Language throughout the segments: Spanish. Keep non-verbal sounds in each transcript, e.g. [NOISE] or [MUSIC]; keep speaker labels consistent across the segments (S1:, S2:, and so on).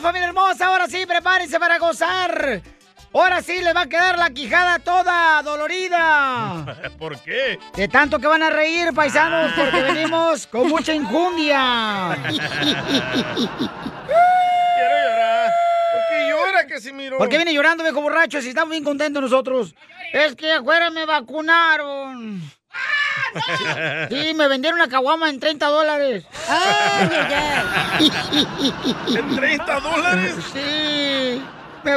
S1: familia hermosa, ahora sí, prepárense para gozar. Ahora sí les va a quedar la quijada toda dolorida.
S2: [LAUGHS] ¿Por qué?
S1: De tanto que van a reír, paisanos, porque venimos con mucha injundia.
S2: Quiero llorar. ¿Por qué llora, Casimiro?
S1: ¿Por qué viene llorando, viejo borracho, si estamos bien contentos nosotros? Es que afuera me vacunaron. Sí, me vendieron la caguama en 30 dólares. ¡Ay, ay, ay!
S2: [LAUGHS] ¿En 30 dólares?
S1: Sí, me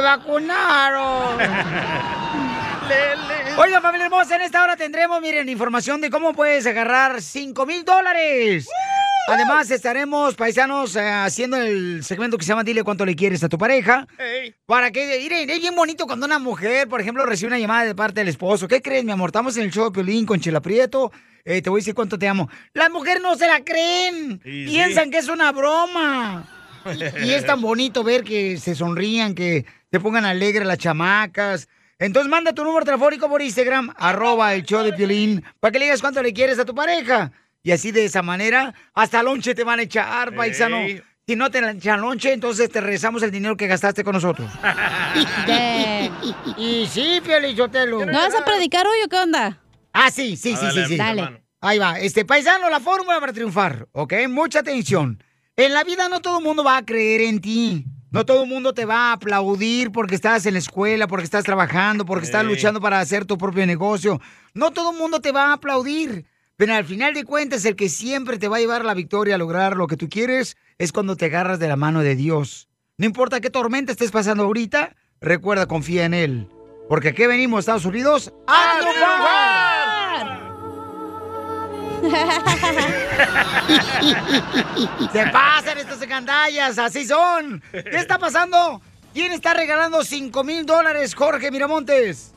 S2: [LAUGHS]
S1: vacunaron. Oiga, familia hermosa, en esta hora tendremos, miren, información de cómo puedes agarrar 5 mil dólares. Además, estaremos, paisanos, eh, haciendo el segmento que se llama Dile cuánto le quieres a tu pareja.
S2: Ey.
S1: Para que, miren, es bien bonito cuando una mujer, por ejemplo, recibe una llamada de parte del esposo. ¿Qué crees, mi amor? Estamos en el show de Piolín con Chela Prieto. Eh, te voy a decir cuánto te amo. Las mujeres no se la creen.
S2: Sí,
S1: Piensan
S2: sí.
S1: que es una broma. Y es tan bonito ver que se sonrían, que se pongan alegres las chamacas. Entonces manda tu número telefónico por Instagram, arroba el show de Piolín, para que le digas cuánto le quieres a tu pareja. Y así de esa manera, hasta lonche te van a echar, paisano.
S2: Ey.
S1: Si no te echan lonche, entonces te regresamos el dinero que gastaste con
S3: [LAUGHS]
S1: nosotros.
S3: ¿Qué?
S1: Y sí, Piolín, yo te lo...
S3: ¿No vas a predicar hoy o qué onda?
S1: Ah, sí, sí,
S2: A
S1: sí,
S2: darle
S1: sí, sí.
S2: a mi hermano.
S1: Ahí va. Este paisano, la fórmula para triunfar, ¿ok? Mucha atención. En la vida no todo el mundo va a creer en ti. No todo el mundo te va a aplaudir porque estás en la escuela, porque estás trabajando, porque estás
S2: Ey.
S1: luchando para hacer tu propio negocio. No todo el mundo te va a aplaudir. Pero al final de cuentas, el que siempre te va a llevar la victoria a lograr lo que tú quieres es cuando te agarras de la mano de Dios. No importa qué tormenta estés pasando ahorita, recuerda, confía en Él. Porque aquí venimos, Estados Unidos, a triunfar. Se pasan estas gandallas, así son. ¿Qué está pasando? ¿Quién está regalando 5 mil dólares, Jorge Miramontes?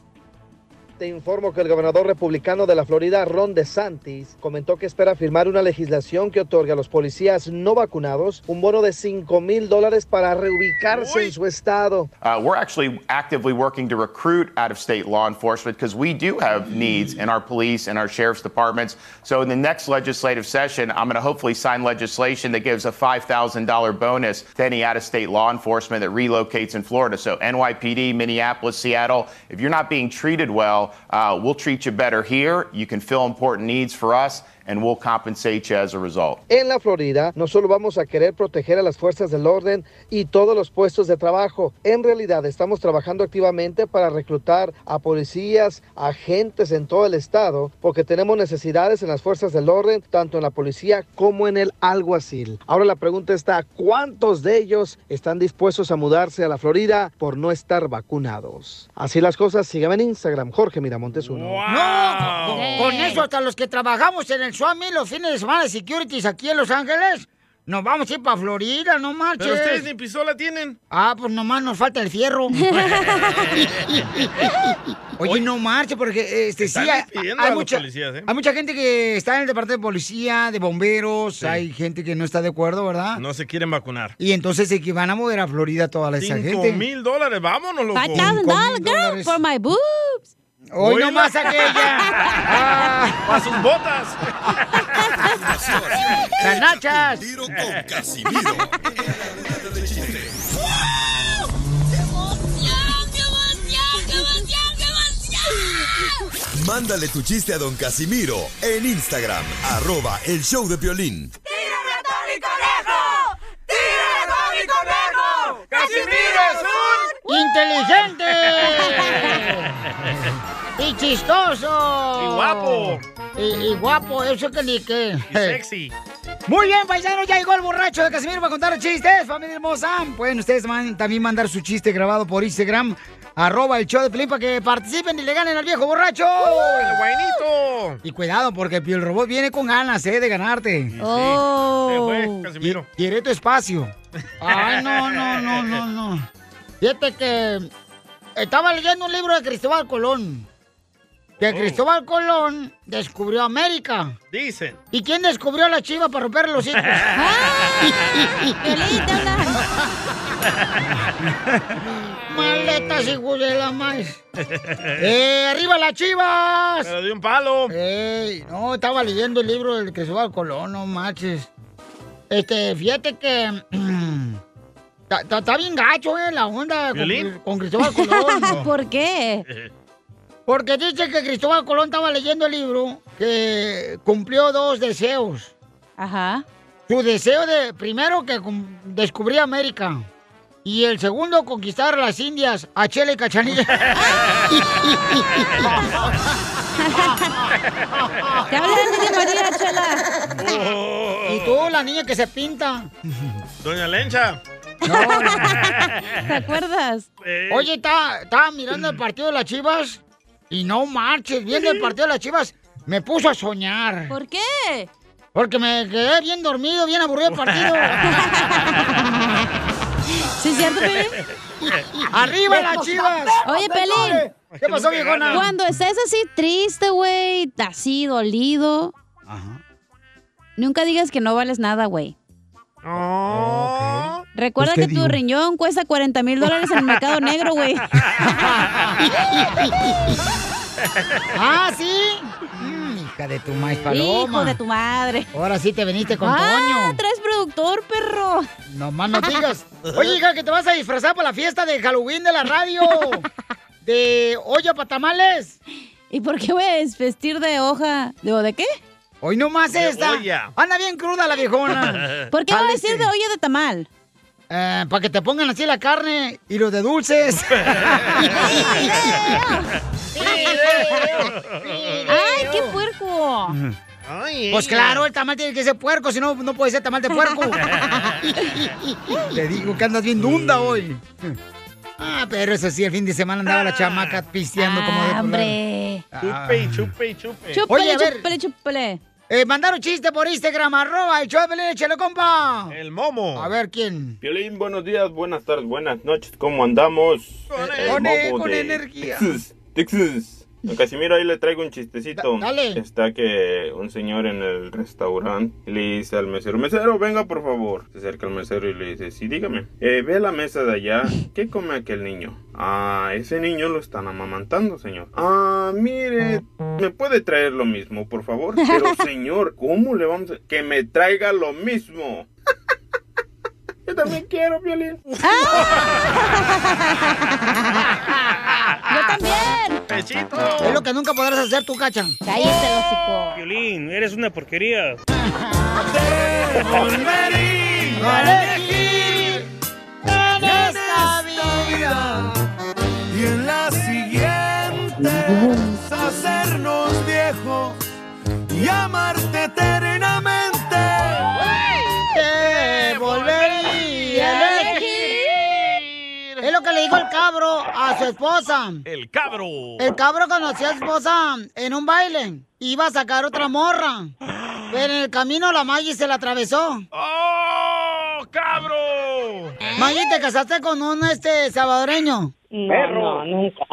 S4: Te informo que el gobernador republicano de la Florida, Ron DeSantis, comentó que espera firmar una legislación que otorga a los policías no vacunados un bono de 5 mil dólares para reubicarse
S2: Uy.
S4: en su estado.
S5: Uh, we're actually actively working to recruit out of state law enforcement because we do have needs in our police and our sheriff's departments. So, in the next legislative session, I'm going to hopefully sign legislation that gives a $5,000 bonus to any out of state law enforcement that relocates in Florida. So, NYPD, Minneapolis, Seattle, if you're not being treated well, uh, we'll treat you better here. You can fill important needs for us, and we'll compensate you as a result.
S4: En la Florida no solo vamos a querer proteger a las fuerzas del orden y todos los puestos de trabajo, en realidad estamos trabajando activamente para reclutar a policías, agentes en todo el estado, porque tenemos necesidades en las fuerzas del orden, tanto en la policía como en el alguacil. Ahora la pregunta está, ¿cuántos de ellos están dispuestos a mudarse a la Florida por no estar vacunados? Así las cosas, síganme en Instagram, Jorge Miramontes uno.
S1: No,
S2: ¡Wow!
S1: con- con eso hasta los que trabajamos en el Swami los fines de semana de Securities aquí en Los Ángeles, nos vamos a ir para Florida, no marches.
S2: Pero ustedes ni pistola tienen.
S1: Ah, pues nomás nos falta el fierro.
S2: [LAUGHS]
S1: Oye, no marche, porque este, sí,
S2: Están
S1: hay,
S2: despidiendo
S1: hay
S2: a los
S1: mucha,
S2: policías, ¿eh?
S1: hay mucha gente que está en el departamento de policía, de bomberos, hay gente que no está de acuerdo, ¿verdad?
S2: No se quieren vacunar.
S1: Y entonces se que van a mover a Florida toda esa
S2: Cinco
S1: gente.
S2: mil dólares, vámonos, loco.
S3: Five thousand dollar girl
S1: dólares.
S3: for my boobs.
S1: Hoy
S2: Oiga.
S1: no más aquella. Ah,
S2: Para sus botas.
S1: las nachas.
S6: Tiro con Casimiro. Mándale tu chiste a don Casimiro en Instagram, arroba el show de violín.
S3: [LAUGHS]
S1: Inteligente. Y chistoso.
S2: Y guapo.
S1: Y, y guapo, eso que ni qué.
S2: Y sexy.
S1: Muy bien, paisano, ya llegó el borracho de Casimiro para contar chistes, familia hermosa. Pueden ustedes man- también mandar su chiste grabado por Instagram, arroba el show de Pelín para que participen y le ganen al viejo borracho.
S2: Oh, El guainito.
S1: Y cuidado, porque el robot viene con ganas, eh, de ganarte.
S2: Sí, se fue,
S3: Oh.
S2: Casimiro.
S1: Quiere tu espacio. Eh, pues, Ay, no, no, no, no, no. Fíjate que estaba leyendo un libro de Cristóbal Colón. Que
S2: Oh.
S1: Cristóbal Colón descubrió América.
S2: Dicen.
S1: ¿Y quién descubrió la chiva para romper los [LAUGHS] hijos?
S3: Violín, te habla.
S1: Maletas, hijos de la más. [LAUGHS] ¡Eh, arriba las chivas!
S2: Pero de un palo.
S1: Ey, no, estaba leyendo el libro del [CLEARS THROAT] Cristóbal Colón, no manches. Este, fíjate que Está- Está está bien gacho, ¿eh? La onda con,
S3: ¿Piolín?
S1: Cri- con Cristóbal
S3: [LAUGHS]
S1: Colón.
S3: ¿Por qué?
S1: Porque dice que Cristóbal Colón estaba leyendo el libro que cumplió dos deseos.
S3: Ajá.
S1: Su deseo de, primero, que cum- descubrir América. Y el segundo, conquistar las Indias a Chele
S3: [LAUGHS]
S1: y Cachanilla.
S3: Te habla la niña María, Chela.
S1: Y tú, la niña que se pinta.
S2: Doña Lencha.
S1: ¿Te acuerdas?
S2: Eh.
S1: Oye, está- estaba mirando el partido de las Chivas y no marches, viendo el partido de las Chivas me puso a soñar.
S3: ¿Por qué?
S1: Porque me quedé bien dormido, bien aburrido
S3: [LAUGHS]
S1: el partido. [LAUGHS]
S3: ¿Sí es cierto, Pelín?
S1: [LAUGHS] ¡Arriba las Chivas!
S3: Oye, Pelín.
S1: ¿Qué pasó, viejona?
S3: Cuando estés así triste, güey, así dolido, nunca digas que no vales nada, güey. Recuerda
S1: Pues,
S3: que
S1: ¿qué
S3: tu
S1: digo?
S3: riñón cuesta 40 mil dólares en el
S1: [LAUGHS]
S3: mercado negro, güey.
S1: ¡Ah, sí! Mm, hija de tu maíz paloma.
S3: Hijo de tu madre.
S1: Ahora sí te viniste con
S3: ah,
S1: Toño.
S3: traes productor, perro.
S1: No más no
S3: [LAUGHS]
S1: digas. Oye, hija, que te vas a disfrazar para la fiesta de Halloween de
S3: [LAUGHS]
S1: la radio. De olla para tamales.
S3: ¿Y por qué voy a desvestir de hoja? ¿Digo, de qué?
S1: Hoy no más
S2: De
S1: esta.
S2: olla.
S1: Anda bien cruda la viejona.
S2: [LAUGHS]
S3: ¿Por qué voy a
S1: Al
S3: decir
S1: este.
S3: de olla de tamal?
S1: Eh, para que te pongan así la carne y los
S3: [LAUGHS]
S1: de dulces. [LAUGHS]
S3: ¡Ay, eh. qué puerco!
S2: Ay,
S1: pues
S2: ella.
S1: claro, el tamal tiene que ser puerco, si no, no puede ser tamal
S3: [LAUGHS]
S1: de puerco. Te digo que andas bien dunda hoy. Ah, pero eso sí, el fin de semana andaba la chamaca pisteando como de
S3: Ah, ¡Hombre!
S2: Chupe y chupe y chupe.
S1: Ah. Oye,
S3: Chúpale,
S1: a ver.
S3: chúpale, chúpale.
S1: Eh, mandaron chiste por Instagram, arroba el show de Pelín, échale, compa.
S2: El momo.
S1: A ver quién.
S7: Piolín, buenos días, buenas tardes, buenas noches, ¿cómo andamos?
S2: Con
S1: Eh,
S2: el-
S1: con-
S7: Momo
S1: con
S7: de
S1: energía.
S7: Texas, Texas. Don Casimiro, ahí le traigo un chistecito.
S1: Da- dale.
S7: Está que un señor en el restaurante le dice al mesero, mesero, venga por favor. Se acerca el mesero y le dice, sí, dígame. Eh, ve la mesa de allá, ¿qué come aquel niño? Ah, ese niño lo están amamantando, señor. Ah, mire, me puede traer lo mismo, por favor.
S1: [LAUGHS]
S7: Pero, señor, ¿cómo le vamos a... Que me traiga lo mismo. Yo también quiero,
S8: [LAUGHS]
S7: Violín.
S8: ¡Ah!
S3: ¡Yo también!
S2: Pechito.
S1: Es lo que nunca podrás hacer tú, cacha.
S3: ¡Cállate, lógico!
S9: Violín, eres una porquería.
S1: En esta vida.
S10: Y en la siguiente hacernos viejos y amarte eternamente.
S1: Te volvería a elegir. Es lo que le dijo el cabro a su esposa.
S2: El cabro.
S1: El cabro conoció a su esposa en un baile. Iba a sacar otra morra. Pero en el camino la Maggie se la atravesó.
S2: ¡Oh, cabro!
S1: Maggie, ¿te casaste con un este salvadoreño?
S8: No,
S10: [LAUGHS]
S8: no, nunca.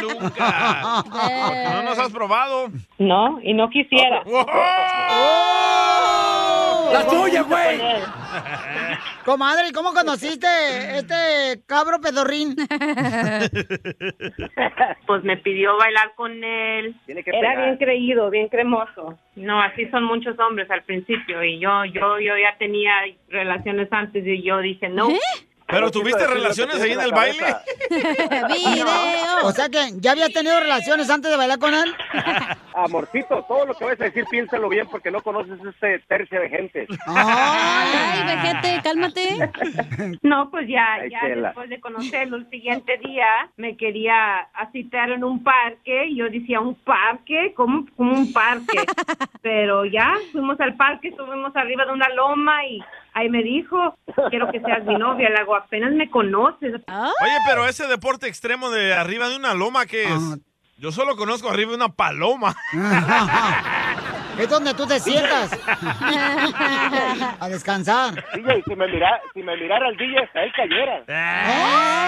S2: Nunca. No nos has probado.
S8: No, y no
S2: [LAUGHS]
S8: quisiera. ¡Oh!
S10: La tuya, güey.
S1: Comadre, ¿y cómo conociste este cabro pedorrín?
S8: [LAUGHS] Pues me pidió bailar con él. Era bien creído, bien cremoso. No, así son muchos hombres al principio y yo yo yo ya tenía relaciones antes y yo dije, "No,
S2: ¿Eh? Pero tuviste relaciones ahí en el baile.
S3: [LAUGHS] ¡Video!
S1: O sea que, ¿ya habías tenido relaciones antes de bailar con él?
S11: Amorcito, todo lo que vas a decir, piénsalo bien porque no conoces este tercio de gente.
S12: Ah.
S3: ¡Ay, vejete, cálmate!
S8: [LAUGHS] No, pues ya,
S11: Ay,
S8: ya
S11: Chela.
S8: después de conocerlo, el siguiente día me quería a citar en un parque y yo decía, ¿un parque? ¿Cómo, cómo un parque?
S3: [LAUGHS]
S8: Pero ya, fuimos al parque, estuvimos arriba de una loma y ahí me dijo, quiero que seas mi novia. Le hago, apenas me conoces.
S3: Ah,
S2: Oye, pero ese deporte extremo de arriba de una loma, ¿qué es?
S1: Ah.
S2: Yo solo conozco arriba de una
S1: [LAUGHS]
S2: paloma.
S1: Es donde
S11: [LAUGHS]
S1: tú te
S3: [LAUGHS]
S1: sientas. A descansar.
S11: DJ, si me, mira, si me mirara al DJ, hasta él cayera.
S1: ¿Eh?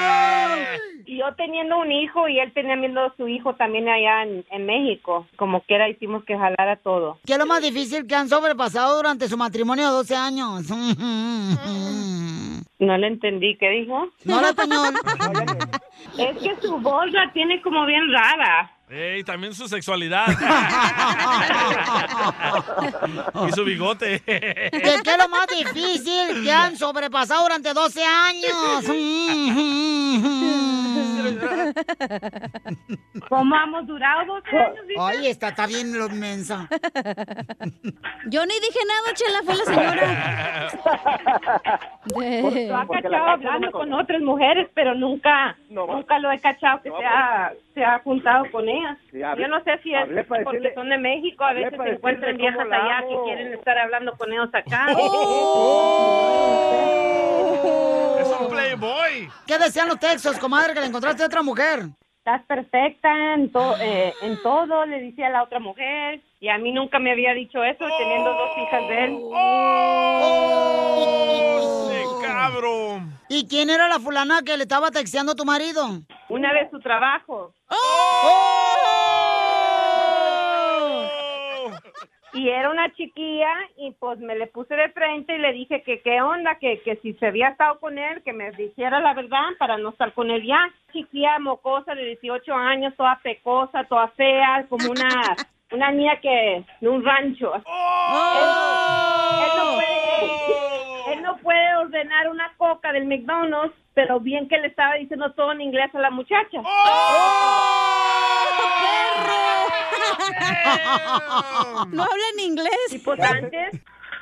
S8: Y yo teniendo un hijo y él teniendo su hijo también allá en, en México. Como quiera, hicimos que jalara todo.
S1: ¿Qué es lo más difícil que han sobrepasado durante su matrimonio de 12 años?
S8: [LAUGHS] No le entendí, ¿qué dijo? [LAUGHS]
S1: No habla español.
S8: Es que su voz la tiene como bien rara.
S13: Ey, también
S1: [LAUGHS]
S13: su sexualidad. y su bigote.
S1: ¿Qué, qué es lo más difícil que han sobrepasado durante 12
S11: [LAUGHS]
S1: años?
S8: ¿Cómo hemos durado 12 años?
S1: Ay, está, está bien lo mensa.
S3: Yo ni dije nada, chela, fue la señora.
S8: Porque Lo ha cachado hablando con otras mujeres, pero nunca nunca lo he cachado que se, ha, se ha juntado con ellas.
S11: Sí, hab-
S8: Yo no sé si es
S11: hablé para
S8: porque
S11: decirle-
S8: son de México, a
S11: hablé
S8: veces
S11: para
S8: se encuentran
S11: decirle
S8: viejas
S11: cómo la
S8: allá que
S11: amo.
S8: quieren estar hablando con ellos
S11: [LAUGHS]
S8: acá.
S11: Oh.
S13: Es un playboy.
S1: Oh. ¿Qué decían los textos, comadre, que le encontraste a otra mujer?
S8: Estás perfecta en, to- eh, en todo, le decía a la otra mujer. Y a mí nunca me había dicho eso, teniendo dos hijas de él.
S11: Oh.
S13: Oh, cabrón!
S1: ¿Y quién era la fulana que le estaba texteando a tu marido? ¡Oh!
S8: Una de su trabajo. Y era una chiquilla y pues me le puse de frente y le dije que qué onda, que, que si se había estado con él, que me dijera la verdad para no estar con él ya. Chiquilla mocosa de 18 años, toda pecosa, toda fea, como una, una niña que de un rancho. Él, él no puede, él no puede ordenar una coca del McDonald's, pero bien que le estaba diciendo todo en inglés a la muchacha.
S3: No habla en inglés.
S8: Y pues antes,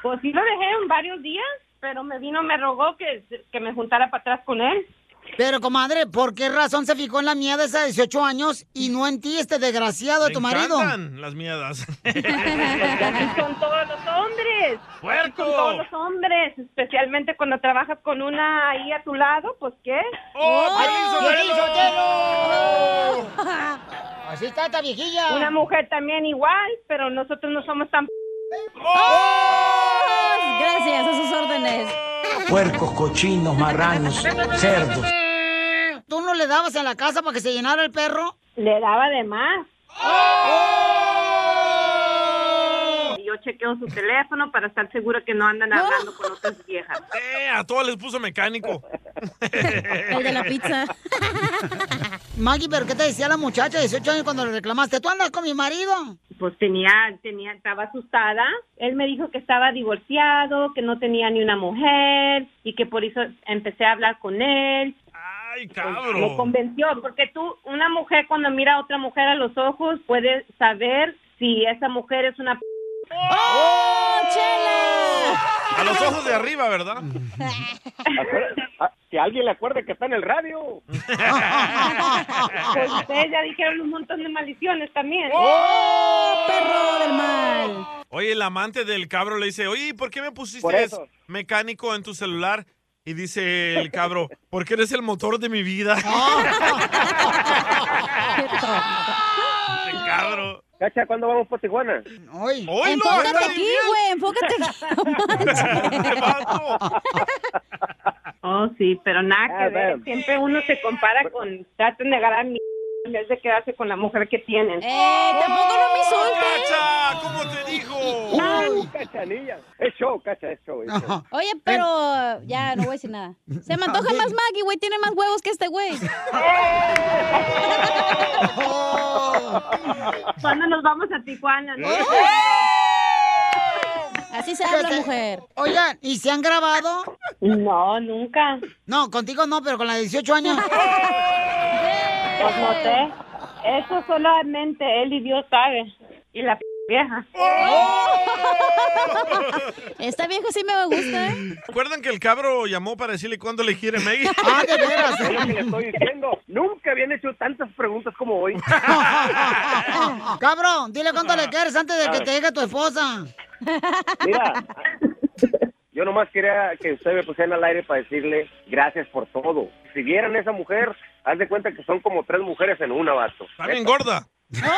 S8: pues sí lo dejé en varios días, pero me vino, me rogó que, que me juntara para atrás con él.
S1: Pero, comadre, ¿por qué razón se fijó en la mía de esa de 18 años y no en ti, este desgraciado de tu marido?
S13: Encantan las miedas.
S8: Son todos los hombres.
S13: ¡Puerco!
S8: Son todos los hombres, especialmente cuando trabajas con una ahí a tu lado, pues qué.
S13: ¡Oh,
S1: ¡Ay, Piolín Sotelo!
S8: Así
S1: está esta viejilla.
S8: Una mujer también igual, pero nosotros no somos tan...
S13: ¡Oh!
S3: Gracias, a sus órdenes.
S14: [LAUGHS]
S13: ¡Oh!
S14: Puercos, cochinos, marranos, cerdos.
S1: ¿Tú no le dabas en la casa para que se llenara el perro?
S8: Le daba de más. Y Yo chequeo su teléfono para estar segura que no andan hablando con otras viejas.
S13: Eh, a todos les puso mecánico. El [LAUGHS]
S1: [LAUGHS] Maggie, ¿pero qué te decía la muchacha de 18 años cuando le reclamaste? ¿Tú andas con mi marido?
S8: Pues tenía, tenía, estaba asustada. Él me dijo que estaba divorciado, que no tenía ni una mujer y que por eso empecé a hablar con él.
S13: Ay,
S8: Me
S13: cabrón.
S8: convenció, porque tú, una mujer cuando mira a otra mujer a los ojos puede saber si esa mujer es
S3: [LAUGHS]
S8: una... p- Oh,
S13: A los ojos de arriba, ¿verdad?
S11: ah, Que alguien le acuerde que está en el radio.
S8: Pues ustedes ya dijeron un montón de maldiciones también.
S13: ¡Oh,
S3: perro del mal!
S13: Oye, el amante del cabro le dice, oye, ¿y ¿por qué me
S11: Por
S13: pusiste
S11: eso.
S13: mecánico en tu celular? Y dice el cabro, porque eres el motor de mi
S1: [LAUGHS]
S13: vida.
S1: Ah.
S13: cabro.
S11: Cacha, ¿cuándo vamos por Tijuana?
S1: Hoy.
S3: enfócate aquí, güey, enfócate aquí.
S8: Oh, sí, pero nada
S3: Ah,
S8: que ver.
S3: bueno.
S8: Siempre uno se compara con... Traten de agarrar mi... en vez de quedarse con la mujer que tienen.
S3: ¡Eh, tampoco no me
S10: Oh,
S3: insultes!
S13: ¡Cacha! ¿Cómo te dijo?
S11: ¡Ay, cachanilla! Es show, cacha, es show. es show.
S3: Oye, pero ya no voy a decir nada. Se me antoja más Maggie, güey. Tiene más huevos que este
S8: [LAUGHS]
S3: güey.
S8: ¿Cuándo nos vamos a Tijuana? no?
S1: ¿Eh?
S3: ¡Eh! Así se habla, mujer.
S1: Oigan, ¿y se han grabado?
S8: No, nunca.
S1: No, contigo no, pero con la de 18
S8: [LAUGHS]
S1: años.
S8: Pues no sé. Eso solamente él y Dios sabe. Y la p- vieja.
S3: Oh. Esta vieja sí me gusta, ¿eh?
S13: ¿Recuerdan que el cabro llamó para decirle cuándo le quiere Maggie?
S1: Ah,
S11: Es lo
S13: eh.
S11: que le estoy diciendo. Nunca habían hecho tantas preguntas como hoy.
S1: Cabrón, dile cuánto le quieres antes de
S11: A
S1: que
S11: ver.
S1: te llegue tu esposa.
S11: Mira, yo nomás quería que ustedes me pusieran al aire para decirle gracias por todo. Si vieran esa mujer, haz de cuenta que son como tres mujeres en una, vato.
S13: Está bien gorda.
S8: Hasta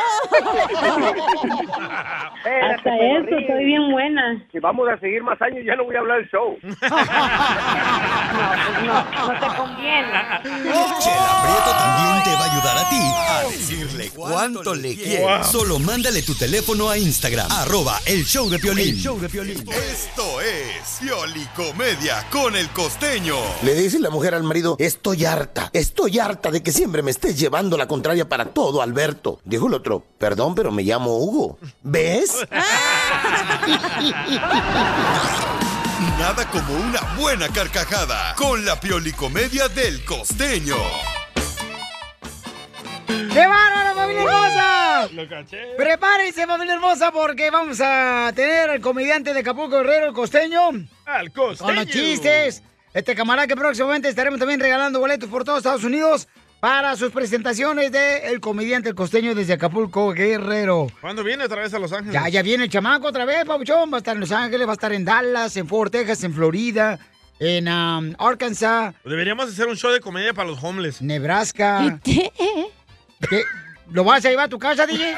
S8: eso, estoy bien buena.
S11: Ah, Si vamos a seguir más años, ya no voy a hablar del show. pues
S8: No, no te conviene.
S6: Chela Prieto también te va a ayudar a ti a decirle cuánto le quieres. Solo mándale tu teléfono a Instagram, arroba el show de Piolín.
S10: El show de Piolín.
S6: Esto es Piolicomedia con el costeño.
S15: Le dice la mujer al marido, estoy harta, estoy harta de que siempre me estés llevando la contraria para todo, Alberto. Dijo el otro, perdón, pero me llamo Hugo. ¿Ves?
S6: [LAUGHS] Nada como una buena carcajada con la Piolicomedia del costeño.
S1: ¡Qué bárbaro, familia hermosa!
S13: Lo caché.
S1: Prepárense, familia hermosa, porque vamos a tener al comediante de Acapulco Herrero, el costeño.
S13: Al costeño.
S1: Con los chistes. Este camarada que próximamente estaremos también regalando boletos por todos Estados Unidos para sus presentaciones de El Comediante El Costeño desde Acapulco, Guerrero.
S13: ¿Cuándo viene otra vez a Los Ángeles?
S1: Ya, ya viene el chamaco otra vez, Pabuchón. Va a estar en Los Ángeles, va a estar en Dallas, en Fort Texas, en Florida, en um, Arkansas,
S13: Pues Deberíamos hacer un show de comedia para los homeless.
S1: Pues, Nebraska. ¿Qué? ¿Lo vas a llevar a tu casa, DJ?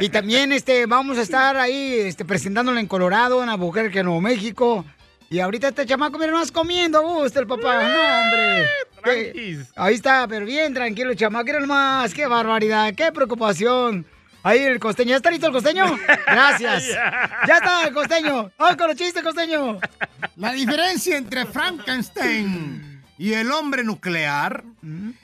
S1: y también este, vamos a estar ahí este, presentándole en Colorado, en Albuquerque, Nuevo México. Y ahorita este chamaco, mira, no vas comiendo a gusto el papá. No, hombre. Qué- Ahí está, pero bien tranquilo el chamaco. Mira nomás, qué barbaridad, qué preocupación. Ahí el costeño. ¿Ya está listo el costeño? Gracias. Ya está el costeño. ¡Ay, con los chistes, costeño!
S16: La diferencia entre Frankenstein y el hombre nuclear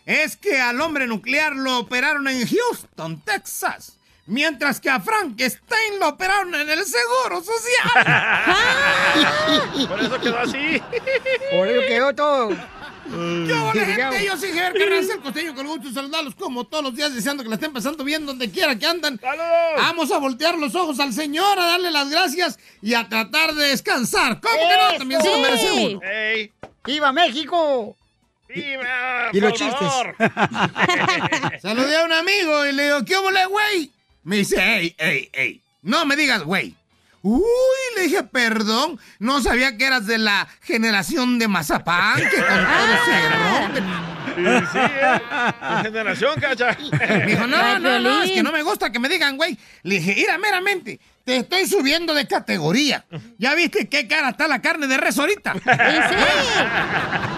S16: es que al hombre nuclear lo operaron en Houston, Texas, mientras que a Frankenstein lo operaron en el Seguro Social.
S13: [LAUGHS] Por eso quedó así.
S1: Por eso quedó todo.
S16: ¿Qué hola, gente? Yo soy Javier Carranza, el costeño, con el gusto de saludarlos como todos los días, deseando que la estén pasando bien donde quiera que andan. Vamos a voltear los ojos al Señor, a darle las gracias y a tratar de descansar. ¿Cómo que no? También se lo merece uno.
S1: ¡Viva México!
S13: ¡Viva!
S16: Y los
S13: Salvador! [LAUGHS]
S16: Saludé a un amigo y le digo, ¿qué hubo, güey? Me dice, hey, hey, hey, no me digas, güey. Uy, le dije, perdón, no sabía que eras de la generación de Mazapán, que con
S13: [LAUGHS]
S16: todo se rompen.
S13: Sí, sí, ¿eh? Tu
S1: [LAUGHS]
S13: generación, cacha.
S16: Me dijo, no, no, no, es que no me gusta que me digan, güey. Le dije, mira, meramente, te estoy subiendo de categoría. ¿Ya viste qué cara está la carne de res
S13: [LAUGHS]
S16: ahorita?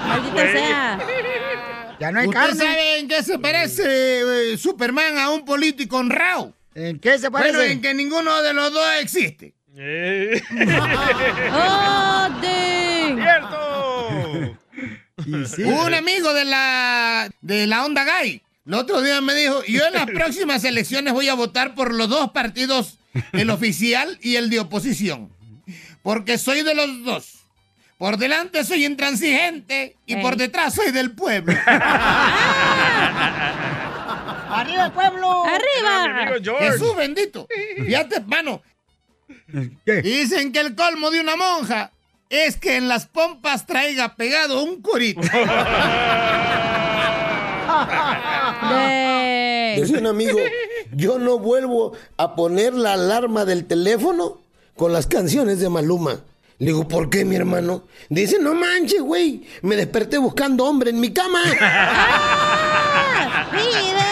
S10: Maldita sea.
S1: Ya no hay
S16: ¿Ustedes
S1: carne. Mm.
S16: saben en qué se parece eh, Superman a un político honrado?
S1: ¿En qué se parece?
S16: Bueno, en que ninguno de los dos existe.
S10: ¡Oh,
S13: ¡Cierto!
S1: sí.
S16: [LAUGHS] Un amigo de la, de la Onda Gay, el otro día me dijo, yo en las próximas elecciones voy a votar por los dos partidos, el oficial y el de oposición. Porque soy de los dos. Por delante soy intransigente y por detrás soy del pueblo.
S1: ¡Arriba el pueblo!
S16: Jesús bendito. Fíjate, hermano. Dicen que el colmo de una monja es que en las pompas traiga pegado un curito.
S1: Eh.
S15: Decía un amigo, yo no vuelvo a poner la alarma del teléfono con las canciones de Maluma. Le digo, ¿por qué, mi hermano? Dice, no manches, güey, me desperté buscando hombre en mi cama.
S10: ¡Ah!
S16: [LAUGHS]
S10: ¡Mira!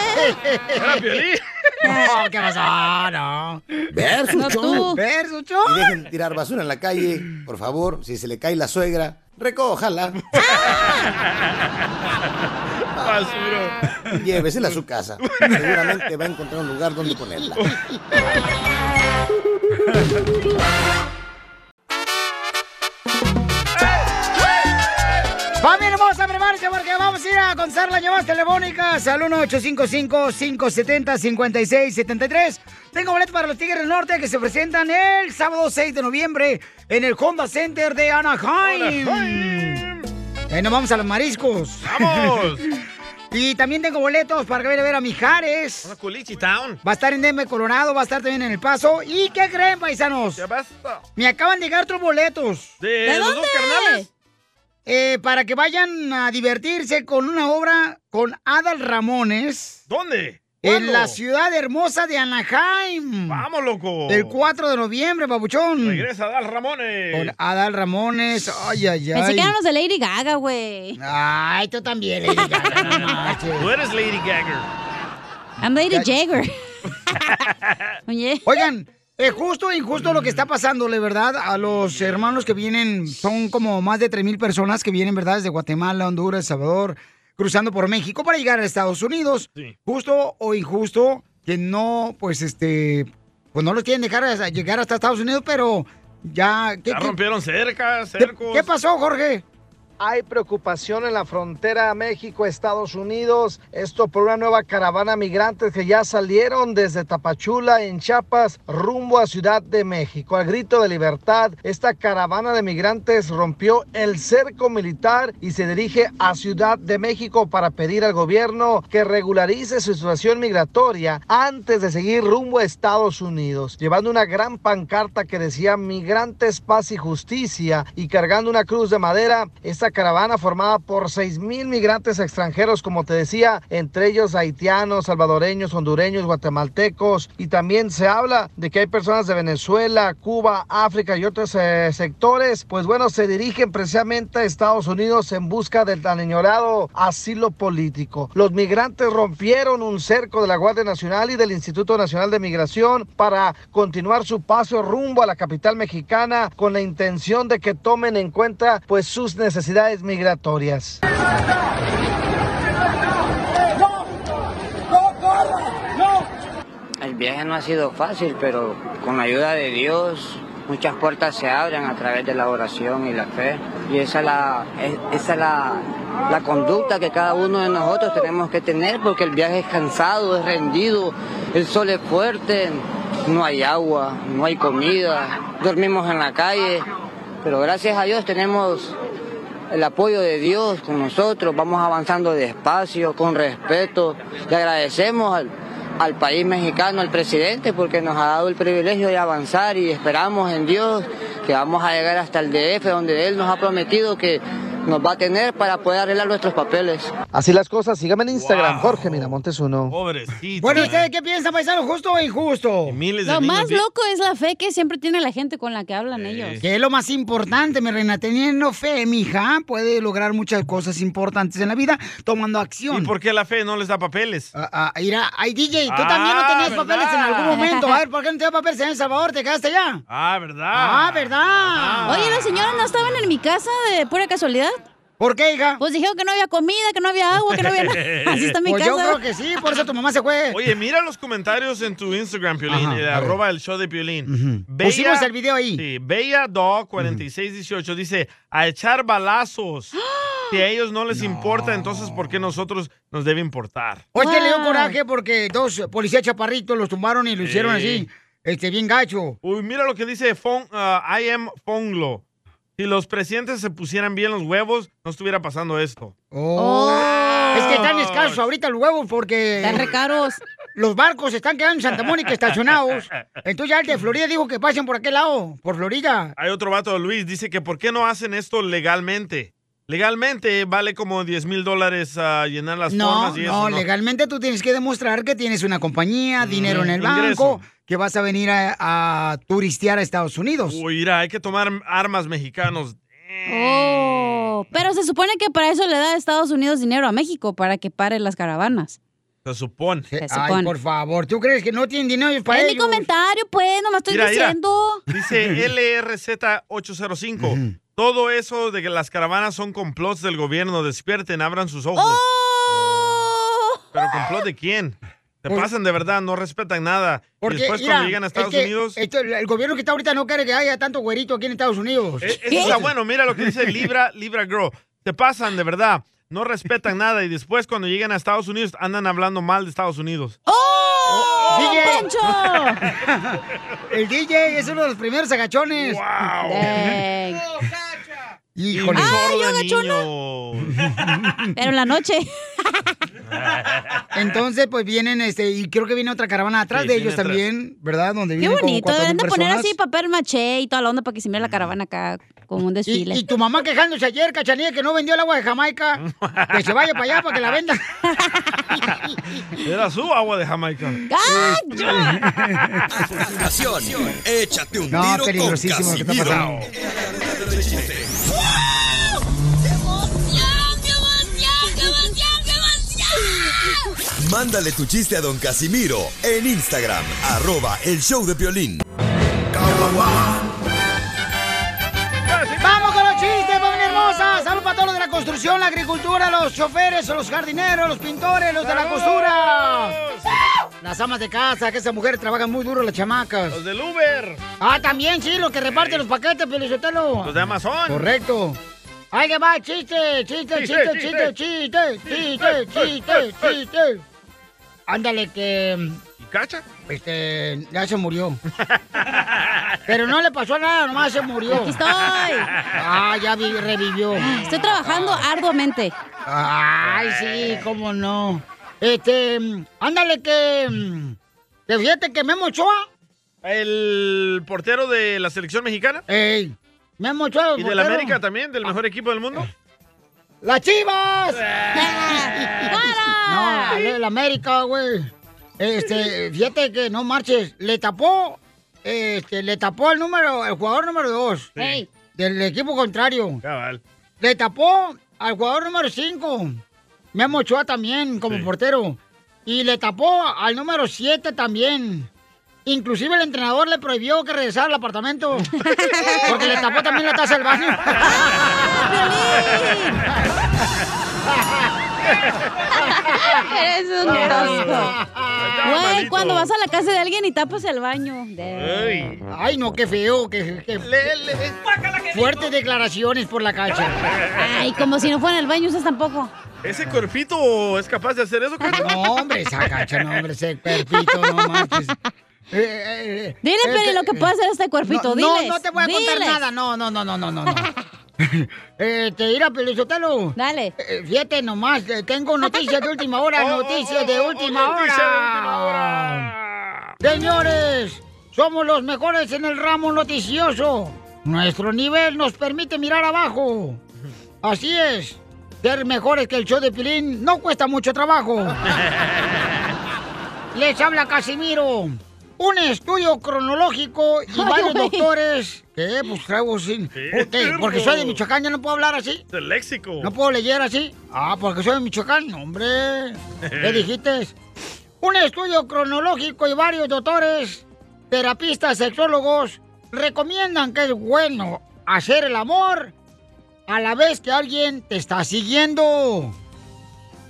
S1: No, Ah, ¿qué pasó? No.
S15: Versus,
S1: No,
S15: chon.
S1: tú. Versus, chon.
S15: Y dejen de tirar basura en la calle, por favor. Si se le cae la suegra,
S17: [LAUGHS]
S15: recójala. Llévesela a su casa. Seguramente va a encontrar un lugar donde ponerla.
S1: Familia hermosa, prepárense porque vamos a ir a contestar las llamadas telefónicas al 1-855-570-5673. Tengo boleto para los Tigres del Norte que se presentan el sábado 6 de noviembre en el Honda Center de Anaheim. Ahí nos vamos a los mariscos.
S13: ¡Vamos!
S1: [LAUGHS] y también tengo boletos para que vayan a ver a Mijares.
S13: Una culichi town.
S1: Va a estar en Denver, Colorado, va a estar también en El Paso. ¿Y qué creen, paisanos? Me acaban de llegar otros boletos.
S13: ¿De, los dos carnales?
S1: Eh, para que vayan a divertirse con una obra con Adal Ramones.
S13: ¿Dónde?
S1: En
S13: ¿Cuándo?
S1: la ciudad hermosa de Anaheim.
S13: Vamos, loco.
S1: El 4 de noviembre, babuchón.
S13: Regresa Dal Ramones.
S1: Con Adal Ramones. Ay, ay, ay.
S3: Pensé que eran los de Lady Gaga, güey.
S1: Ay, tú también, Lady Gaga. no manches.
S13: [LAUGHS] Tú eres Lady Gagger.
S3: I'm Lady Jagger.
S1: [LAUGHS] Oigan, es justo o injusto lo que está pasándole, ¿verdad? A los hermanos que vienen, son como más de 3.000 personas que vienen, ¿verdad? Desde Guatemala, Honduras, El Salvador, cruzando por México para llegar a Estados Unidos. Justo o injusto que no, pues, este, pues no los quieren dejar hasta- llegar hasta Estados Unidos, pero ya... ¿qué-
S13: Ya
S1: qué-
S13: rompieron cerca,
S1: ¿Qué,
S13: cercos.
S1: qué pasó, Jorge?
S4: Hay preocupación en la frontera México-Estados Unidos. Esto por una nueva caravana migrantes que ya salieron desde Tapachula, en Chiapas, rumbo a Ciudad de México. Al grito de libertad, esta caravana de migrantes rompió el cerco militar y se dirige a Ciudad de México para pedir al gobierno que regularice su situación migratoria antes de seguir rumbo a Estados Unidos, llevando una gran pancarta que decía Migrantes, Paz y Justicia y cargando una cruz de madera. Esta caravana formada por 6 mil migrantes extranjeros, como te decía, entre ellos haitianos, salvadoreños, hondureños, guatemaltecos y también se habla de que hay personas de Venezuela, Cuba, África y otros eh, sectores, pues bueno, se dirigen precisamente a Estados Unidos en busca del tan añorado asilo político. Los migrantes rompieron un cerco de la Guardia Nacional y del Instituto Nacional de Migración para continuar su paso rumbo a la capital mexicana con la intención de que tomen en cuenta pues sus necesidades migratorias.
S18: El viaje no ha sido fácil, pero con la ayuda de Dios muchas puertas se abren a través de la oración y la fe. Y esa es la, es- esa es la, la conducta que cada uno de nosotros tenemos que tener, porque el viaje es cansado, es rendido, el sol es fuerte, no hay agua, no hay comida, dormimos en la calle, pero gracias a Dios tenemos el apoyo de Dios con nosotros, vamos avanzando despacio, con respeto. Le agradecemos al, al país mexicano, al presidente, porque nos ha dado el privilegio de avanzar y esperamos en Dios que vamos a llegar hasta el DF, donde Él nos ha prometido que nos va a tener para poder arreglar nuestros papeles.
S4: Así las cosas, síganme en Instagram, Jorge Miramontes uno.
S1: Bueno, ¿ustedes qué piensan, paisano? ¿Justo o injusto?
S3: [LAUGHS] Lo más loco es la fe que siempre tiene la gente con la que hablan ellos.
S1: Que es lo más importante, mi reina. Teniendo fe, mi hija, puede lograr muchas cosas importantes en la vida tomando
S13: ¿Y
S1: acción.
S13: por qué la fe no les da papeles? Ah,
S1: Ah, mira, ay, DJ, tú también no tenías papeles en algún momento.
S13: [LAUGHS]
S1: A ver, ¿por qué no tenías papeles en El Salvador? ¿Te quedaste allá?
S13: Ah, ¿verdad?
S1: Ah, ¿verdad?
S3: Oye, las señoras no estaban en mi casa de pura casualidad.
S1: ¿Por qué, hija?
S3: Pues dijeron que no había comida, que no había agua, que no
S1: [LAUGHS]
S3: había nada. Así está mi
S13: Pues
S3: casa.
S13: yo creo
S1: que sí, por eso tu mamá se fue.
S13: Oye, mira los comentarios en tu Instagram, Piolín,
S1: pues. Ajá,
S13: el
S1: a ver.
S13: arroba el show de Piolín.
S1: Pusimos el video ahí.
S13: Sí, Bella Dog 4618 dice, a echar
S1: ¡Ah!
S13: balazos. Si a ellos no les importa, entonces ¿por qué nosotros nos debe importar?
S1: Oye, que le dio
S13: [LAUGHS]
S1: coraje porque dos policías chaparritos los tumbaron y lo hicieron
S13: Sí.
S1: así, este, bien gacho.
S13: Uy, mira lo que dice Fon, ah, I am Fonglo. Si los presidentes se pusieran bien los huevos, no estuviera pasando esto.
S1: Oh.
S13: Oh.
S1: Es que están escasos ahorita los huevos porque... Están
S3: recaros.
S1: Los barcos están quedando en Santa Mónica estacionados.
S13: [LAUGHS]
S1: Entonces ya el de Florida dijo que pasen por aquel lado, por Florida.
S13: Hay otro vato, Luis, dice que ¿por qué no hacen esto legalmente? Legalmente vale como 10 mil dólares ah, llenar las
S1: No,
S13: formas y eso.
S1: no, legalmente tú tienes que demostrar que tienes una compañía, dinero en el
S13: Mm, ingreso.
S1: banco, que vas a venir a, a turistear a Estados Unidos.
S13: Uy, mira, hay que tomar armas mexicanos.
S3: Oh, pero se supone que para eso le da a Estados Unidos dinero a México, para que pare las caravanas.
S13: Se supone.
S1: Ay, por favor, ¿tú crees que no tienen dinero para
S3: Es mi
S1: ellos?
S3: comentario, pues, nomás estoy
S13: Mira, mira.
S3: diciendo.
S1: [LAUGHS]
S3: [LAUGHS]
S13: Dice LRZ805. Todo eso de que las caravanas son complots del gobierno. Despierten, abran sus ojos.
S10: Oh.
S13: ¿Pero complot de quién? Se pasan de verdad, no respetan nada. Y
S1: Porque,
S13: después
S1: mira,
S13: cuando llegan a
S1: es
S13: Estados
S1: que
S13: Unidos...
S1: esto- el gobierno que está ahorita no quiere que haya tanto güerito aquí en Estados Unidos.
S13: eh, eso está bueno, mira lo que dice Libra, Libra Girl. Se pasan de verdad, no respetan nada. Y después cuando llegan a Estados Unidos andan hablando mal de Estados Unidos.
S3: ¡Oh!
S1: DJ. [LAUGHS] el DJ es uno de los primeros agachones. [LAUGHS]
S3: Eh,
S1: Híjole.
S13: Ay, yo
S3: Pero en la noche.
S1: [LAUGHS] Entonces, pues vienen, este, y creo que viene otra caravana atrás
S3: Sí,
S1: de
S3: viene
S1: ellos
S3: atrás.
S1: también, ¿verdad? Donde
S3: Qué
S1: vienen como
S3: bonito,
S1: 4,000
S3: deben de poner
S1: personas. Mm.
S3: así papel maché y toda la onda para que se mire la caravana acá con un desfile.
S1: Y tu mamá quejándose ayer, cachanilla, que no vendió el agua de
S13: [LAUGHS]
S1: Jamaica. Que se vaya para allá para que la
S3: [LAUGHS]
S1: venda.
S13: Era su agua de Jamaica.
S3: Ah,
S6: Acción. Échate un
S1: No,
S6: tiro con
S1: peligrosísimo lo que está
S6: Casimiro.
S1: pasando.
S6: Mándale tu chiste a don Casimiro en Instagram, arroba el show de violín.
S1: ¡Vamos con los chistes, familia hermosa! ¡Salud para todos los de la construcción, la agricultura, los choferes, los jardineros, los pintores, los de la costura! Las amas de casa, que esas mujeres trabajan muy duro, las chamacas.
S13: Los del Uber.
S1: Ah, también, sí, los que reparten los paquetes, Pelizotelo.
S13: Los de Amazon.
S1: Correcto. Ahí que va, chiste,
S10: Chiste,
S1: chiste, chiste, chiste, chiste, chiste, chiste, chiste. Ándale, que... ¿Y
S13: cacha?
S1: Este, ya se murió. [LAUGHS] Pero no le pasó nada, nomás se murió.
S3: Aquí estoy.
S1: Ah, ya vi- revivió.
S3: Estoy trabajando arduamente.
S1: Ay, sí, cómo no. Este, mm, ándale que... mm, Que fíjate que Memo Ochoa...
S13: El portero de la selección mexicana.
S1: Ey. Memo Ochoa,
S13: Y del
S1: portero.
S13: América también, del mejor equipo del mundo.
S1: ¡Las chivas! no, hablé del América, güey. Este, fíjate que no marches. Le tapó, este, le tapó el número, el jugador número 2
S10: Sí.
S1: del equipo contrario. Le tapó al jugador número 5. Memo Ochoa también, como portero. Y le tapó al número 7 también. Inclusive el entrenador le prohibió que regresara al apartamento. Porque le tapó también la taza del baño.
S3: Eres un tosco. Güey, cuando vas a la casa de alguien y tapas el baño. De-
S1: Ay. no, qué feo, qué, qué- fuertes declaraciones por la cacha.
S3: Ay, como si no fuera al baño, ustedes tampoco.
S13: ¿Ese cuerpito es capaz de hacer eso?
S1: No, hombre, esa cacha, no, hombre, ese cuerpito, no marches.
S3: Dile, Peri, lo que puede hacer este cuerpito,
S1: eh, No, no,
S3: diles,
S1: no te voy a contar
S3: diles.
S1: nada, no, no, no, no, no,
S3: [LAUGHS]
S1: no. no. Este, mira, Pelizotelo. Dale. fíjate nomás, eh, tengo noticias de última
S3: [LAUGHS]
S1: hora,
S3: Oh,
S1: noticias de última hora. Señores, somos los mejores en el ramo noticioso. Nuestro nivel nos permite mirar abajo. Así es. Ser mejores que el show de Pilín no cuesta
S10: [LAUGHS]
S1: mucho trabajo. Les habla Casimiro. Un estudio cronológico y
S10: Ay,
S1: varios
S10: güey.
S1: doctores. ¿Qué? Pues traigo sin. Ok, porque soy de Michoacán, ya no puedo hablar así.
S13: Del léxico.
S1: ¿No puedo leer así? Ah, porque soy de Michoacán, No, hombre.
S13: [LAUGHS]
S1: ¿Qué dijiste? Un estudio cronológico y varios doctores, terapistas, sexólogos, recomiendan que es bueno hacer el amor a la vez que alguien te está siguiendo.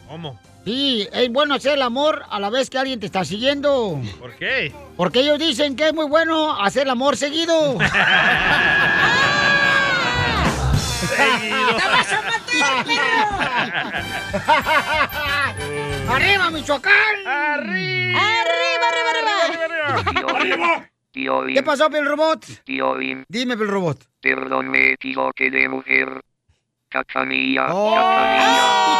S13: ¿Cómo?
S1: Sí, es bueno hacer el amor a la vez que alguien te está siguiendo.
S13: ¿Por qué?
S1: Porque ellos dicen que es muy bueno hacer el amor
S13: [LAUGHS]
S1: seguido. ¡Arriba, Michoacán! ¡Arriba! ¡Arriba, arriba, arriba!
S19: Tío Bim,
S1: ¿Qué pasó, Pel Robot?
S19: tío Bim,
S1: Dime, Pel Robot.
S19: perdón, me equivoqué de mujer. Cachanilla,
S1: Oh.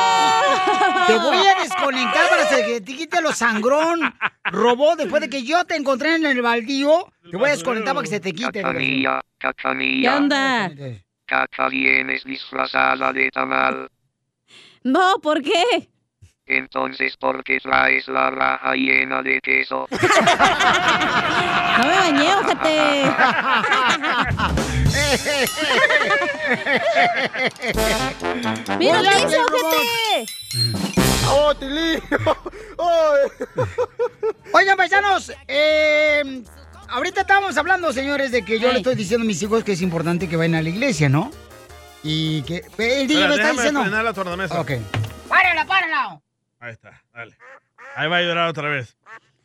S1: Te voy a desconectar para que te quite lo sangrón, robot. Después de que yo te encontré en el baldío, te voy a desconectar para que se te quite.
S19: cachanilla, cachanilla. Caca vienes disfrazada de tamal.
S3: No, ¿por qué?
S19: Entonces, ¿por qué traes la raja llena de queso?
S3: [LAUGHS] No me bañé,
S1: [LAUGHS]
S3: ojete. Mira,
S10: Hola,
S3: ¿qué hizo,
S10: Peri
S3: ojete?
S1: ¡Oh, Tilín! Oigan, paisanos, eh, ahorita estábamos hablando, señores, de que yo le estoy diciendo a mis hijos que es importante que vayan a la iglesia, ¿no? Y que. eh, El DJ me está
S13: déjame
S1: diciendo.
S13: frenar la tornamesa.
S1: Ok. ¡Párala, párala!
S13: Ahí está, dale. Ahí va a llorar otra vez.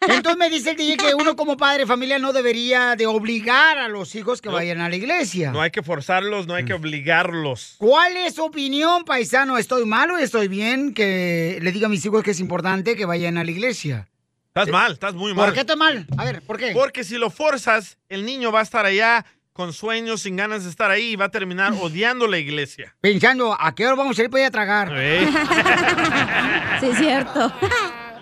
S1: Entonces me dice el DJ que uno como padre de familia no debería de obligar a los hijos que vayan a la iglesia.
S13: No hay que forzarlos, no hay que
S1: Mm.
S13: obligarlos.
S1: ¿Cuál es su opinión, paisano? ¿Estoy mal o estoy bien que le diga a mis hijos que es importante que vayan a la iglesia?
S13: Estás mal, estás muy mal.
S1: ¿Por qué estoy mal? A ver, ¿por qué?
S13: Porque si lo forzas, el niño va a estar allá con sueños, sin ganas de estar ahí y va a terminar odiando la iglesia.
S1: Pensando, ¿a qué hora vamos a ir para ir a tragar?
S3: [LAUGHS]
S1: [LAUGHS]
S3: Sí, es cierto.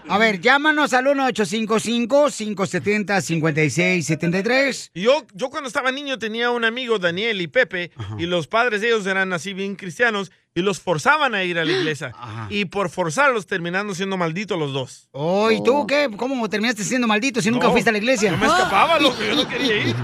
S1: A ver, llámanos al 1-855-570-5673.
S13: Yo, yo cuando estaba niño tenía un amigo, Daniel y Pepe, y los padres de ellos eran así bien cristianos y los forzaban a ir a la iglesia. Y por forzarlos terminando siendo malditos los dos.
S1: Oh, ¿y tú qué? ¿Cómo terminaste siendo maldito si nunca
S13: No,
S1: fuiste a la iglesia? Ah.
S13: yo me escapaba, loco, yo no quería ir.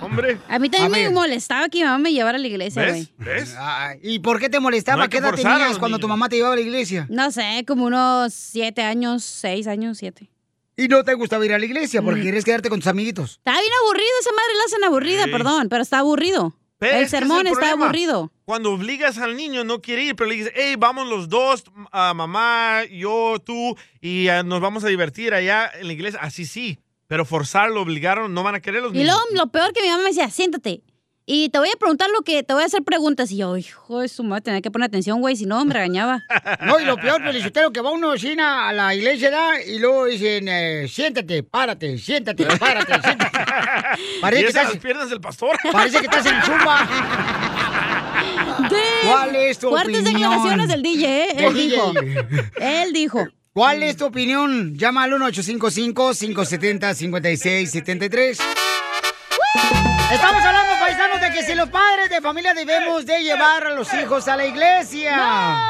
S13: Hombre.
S3: A mí
S1: A
S3: también
S1: ver.
S3: me molestaba que mi mamá me llevara a la iglesia, güey.
S13: ¿Ves? ¿Ves?
S1: Ah, ¿Y por qué te molestaba?
S13: No hay que
S1: ¿Qué edad
S13: forzar a
S1: tenías
S13: los
S1: cuando tu mamá te llevaba a la iglesia?
S3: No sé, como unos siete años, seis años, siete.
S1: Y no te gustaba ir a la
S13: Mm.
S1: iglesia porque querías quedarte con tus amiguitos.
S3: Está bien aburrido, esa madre la hacen aburrida,
S1: Sí.
S3: perdón, pero está aburrido.
S13: Pero
S3: el
S13: es que es
S3: sermón está
S13: problema.
S3: aburrido.
S13: Cuando obligas al niño, no quiere ir, pero le dices, hey, vamos los dos, a mamá, yo, tú, y ah, nos vamos a divertir allá en la iglesia. Así sí, pero forzarlo, obligarlo, no van a querer los
S3: Y luego
S13: niños.
S3: lo peor que mi mamá me decía, siéntate. Y te voy a preguntar lo que, te voy a hacer preguntas. Y yo, hijo de su madre, tenía que poner atención, güey, si no me
S1: [LAUGHS]
S3: regañaba.
S1: No, y lo
S13: [LAUGHS]
S1: peor, felicitero, que va una vecina a la iglesia ¿da? y luego dicen, eh, siéntate, párate, siéntate, párate, siéntate.
S13: Y
S1: Parece que,
S13: esas
S1: estás,
S13: las piernas del pastor.
S1: parece que estás en Zumba. ¿Cuál es tu
S3: Fuertes
S1: opinión?
S3: declaraciones del DJ, ¿eh? Él
S1: Del
S3: dijo.
S1: DJ.
S3: Él dijo.
S1: ¿Cuál es tu opinión? Llama al 1-855-570-5673. Estamos hablando, paisanos, de que si los padres de familia debemos de llevar a los hijos a la iglesia.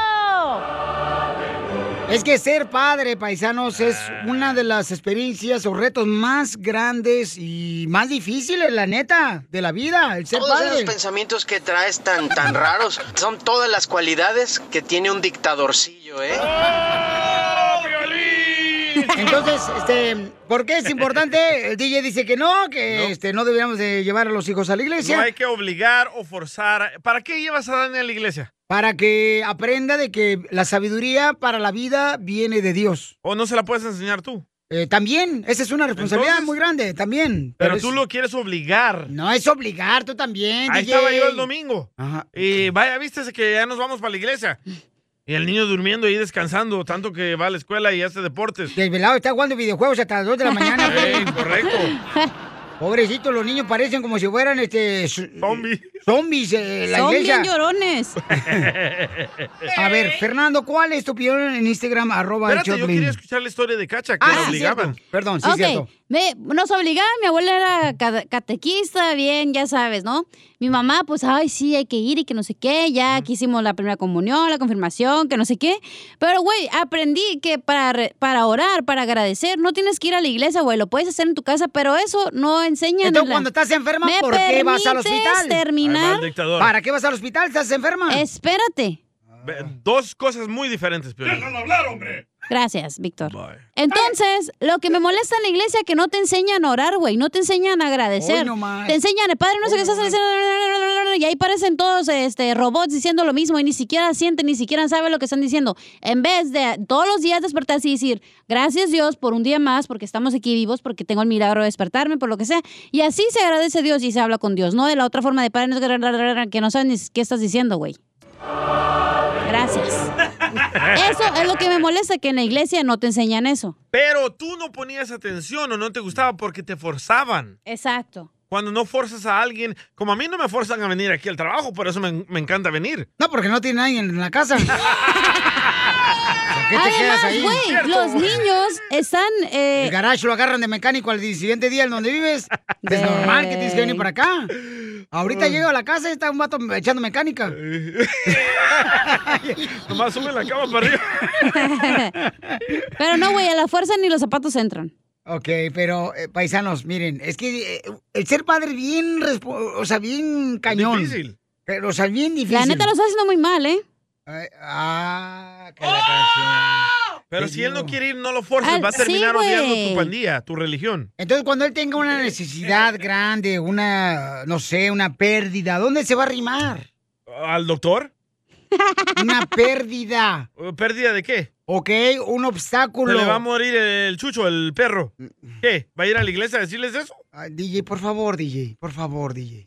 S1: Es que ser padre, paisanos, es una de las experiencias o retos más grandes y más difíciles, la neta, de la vida, el ser
S20: Todos
S1: padre.
S20: esos pensamientos que traes tan, tan raros son todas las cualidades que tiene un dictadorcillo, ¿eh?
S1: Entonces, este, ¿por qué es importante? El DJ dice que no, que este, no deberíamos de llevar a los hijos a la iglesia.
S13: No hay que obligar o forzar. ¿Para qué llevas a Dani a la iglesia?
S1: Para que aprenda de que la sabiduría para la vida viene de Dios.
S13: ¿O Oh, no se la puedes enseñar tú?
S1: Eh, también, esa es una responsabilidad
S13: Entonces-
S1: muy grande, también.
S13: Pero,
S1: es-
S13: tú lo quieres obligar.
S1: No es obligar, tú también.
S13: Ahí
S1: DJ.
S13: estaba yo el domingo.
S1: Ajá.
S13: Y vaya, viste que ya nos vamos para la iglesia. Y el niño durmiendo y descansando, tanto que va a la escuela y hace deportes.
S1: Desvelado, está jugando videojuegos hasta las 2 de la mañana.
S13: [LAUGHS]
S1: güey.
S13: Ey, correcto.
S1: Pobrecitos, los niños parecen como si fueran este. Zombies. Zombies, eh, la
S3: Son
S1: iglesia.
S3: bien
S1: [LAUGHS]
S3: llorones.
S1: A ver, Fernando, ¿cuál es tu opinión en Instagram? Arroba el
S13: Espérate, yo
S1: Choplin?
S13: quería escuchar la historia de Cacha, que
S1: Ah,
S13: la
S1: sí,
S13: obligaban.
S1: cierto. Perdón, sí,
S3: Ok,
S1: cierto.
S3: me- nos obligaba, mi abuela era ca- catequista, bien, ya sabes, ¿no? Mi mamá, pues, ay, sí, hay que ir y que no sé qué, ya aquí hicimos la primera comunión, la confirmación, que no sé qué. Pero, güey, aprendí que para, re- para orar, para agradecer, no tienes que ir a la iglesia, güey, lo puedes hacer en tu casa, pero eso no enseña
S1: Entonces, cuando estás enferma, ¿por qué vas al hospital?
S3: terminar?
S1: ¿Para qué vas al hospital? ¿Estás enferma?
S3: Espérate.
S1: Ah.
S13: Ve- Dos cosas muy diferentes, pero [LAUGHS]
S3: Gracias, Víctor. Entonces, lo que me molesta en la iglesia es que no te enseñan a orar, güey. No te enseñan a agradecer.
S1: Hoy nomás.
S3: te enseñan, el padre no sé qué estás haciendo. Y ahí parecen todos este, robots diciendo lo mismo y ni siquiera sienten, ni siquiera saben lo que están diciendo. En vez de todos los días despertarse y decir, gracias Dios por un día más, porque estamos aquí vivos, porque tengo el milagro de despertarme, por lo que sea. Y así se agradece a Dios y se habla con Dios, no de la otra forma de padre no sé qué", que no saben ni qué estás diciendo, güey. Gracias. Eso es lo que me molesta, que en la iglesia no te enseñan eso.
S13: Pero tú no ponías atención o no te gustaba porque te forzaban.
S3: Exacto.
S13: Cuando no forzas a alguien, como a mí no me forzan a venir aquí al trabajo, por eso me, me encanta venir.
S1: No, porque no tiene nadie en la casa. ¿Por qué te
S3: Además,
S1: quedas ahí?
S3: güey, los niños están... eh,
S1: El garage lo agarran de mecánico al siguiente día en donde vives. Es normal que tienes que venir para acá. Ahorita llego a la casa y está un vato echando
S13: [LAUGHS]
S1: mecánica.
S13: [LAUGHS] Nomás sube la cama para arriba.
S3: [LAUGHS] pero no, güey, a la fuerza ni los zapatos entran.
S1: Ok, pero eh, paisanos, miren, es que eh, el ser padre bien, respo- o sea, bien cañón.
S13: Difícil.
S1: Pero, o sea, bien difícil.
S3: La neta lo está haciendo muy mal, ¿eh?
S1: Ay, ah, que la canción.
S13: Pero
S1: Te
S13: si él no
S1: digo.
S13: quiere ir, no lo forces.
S1: ¡Oh! Al-
S13: Va a terminar
S1: sí, güey.
S13: odiando tu pandilla, tu religión.
S1: Entonces, cuando él tenga
S13: [LAUGHS]
S1: una necesidad grande, una, no sé, una pérdida, ¿dónde se va a rimar?
S13: ¿Al doctor? [LAUGHS]
S1: Una pérdida,
S13: ¿Pérdida de qué?
S1: ¿ok? Un
S13: Se
S1: obstáculo.
S13: le va a morir el chucho, el perro.
S1: Mm.
S13: ¿Qué? ¿Va a ir a la iglesia a decirles eso?
S1: Ah, DJ, por favor, DJ, por favor, DJ.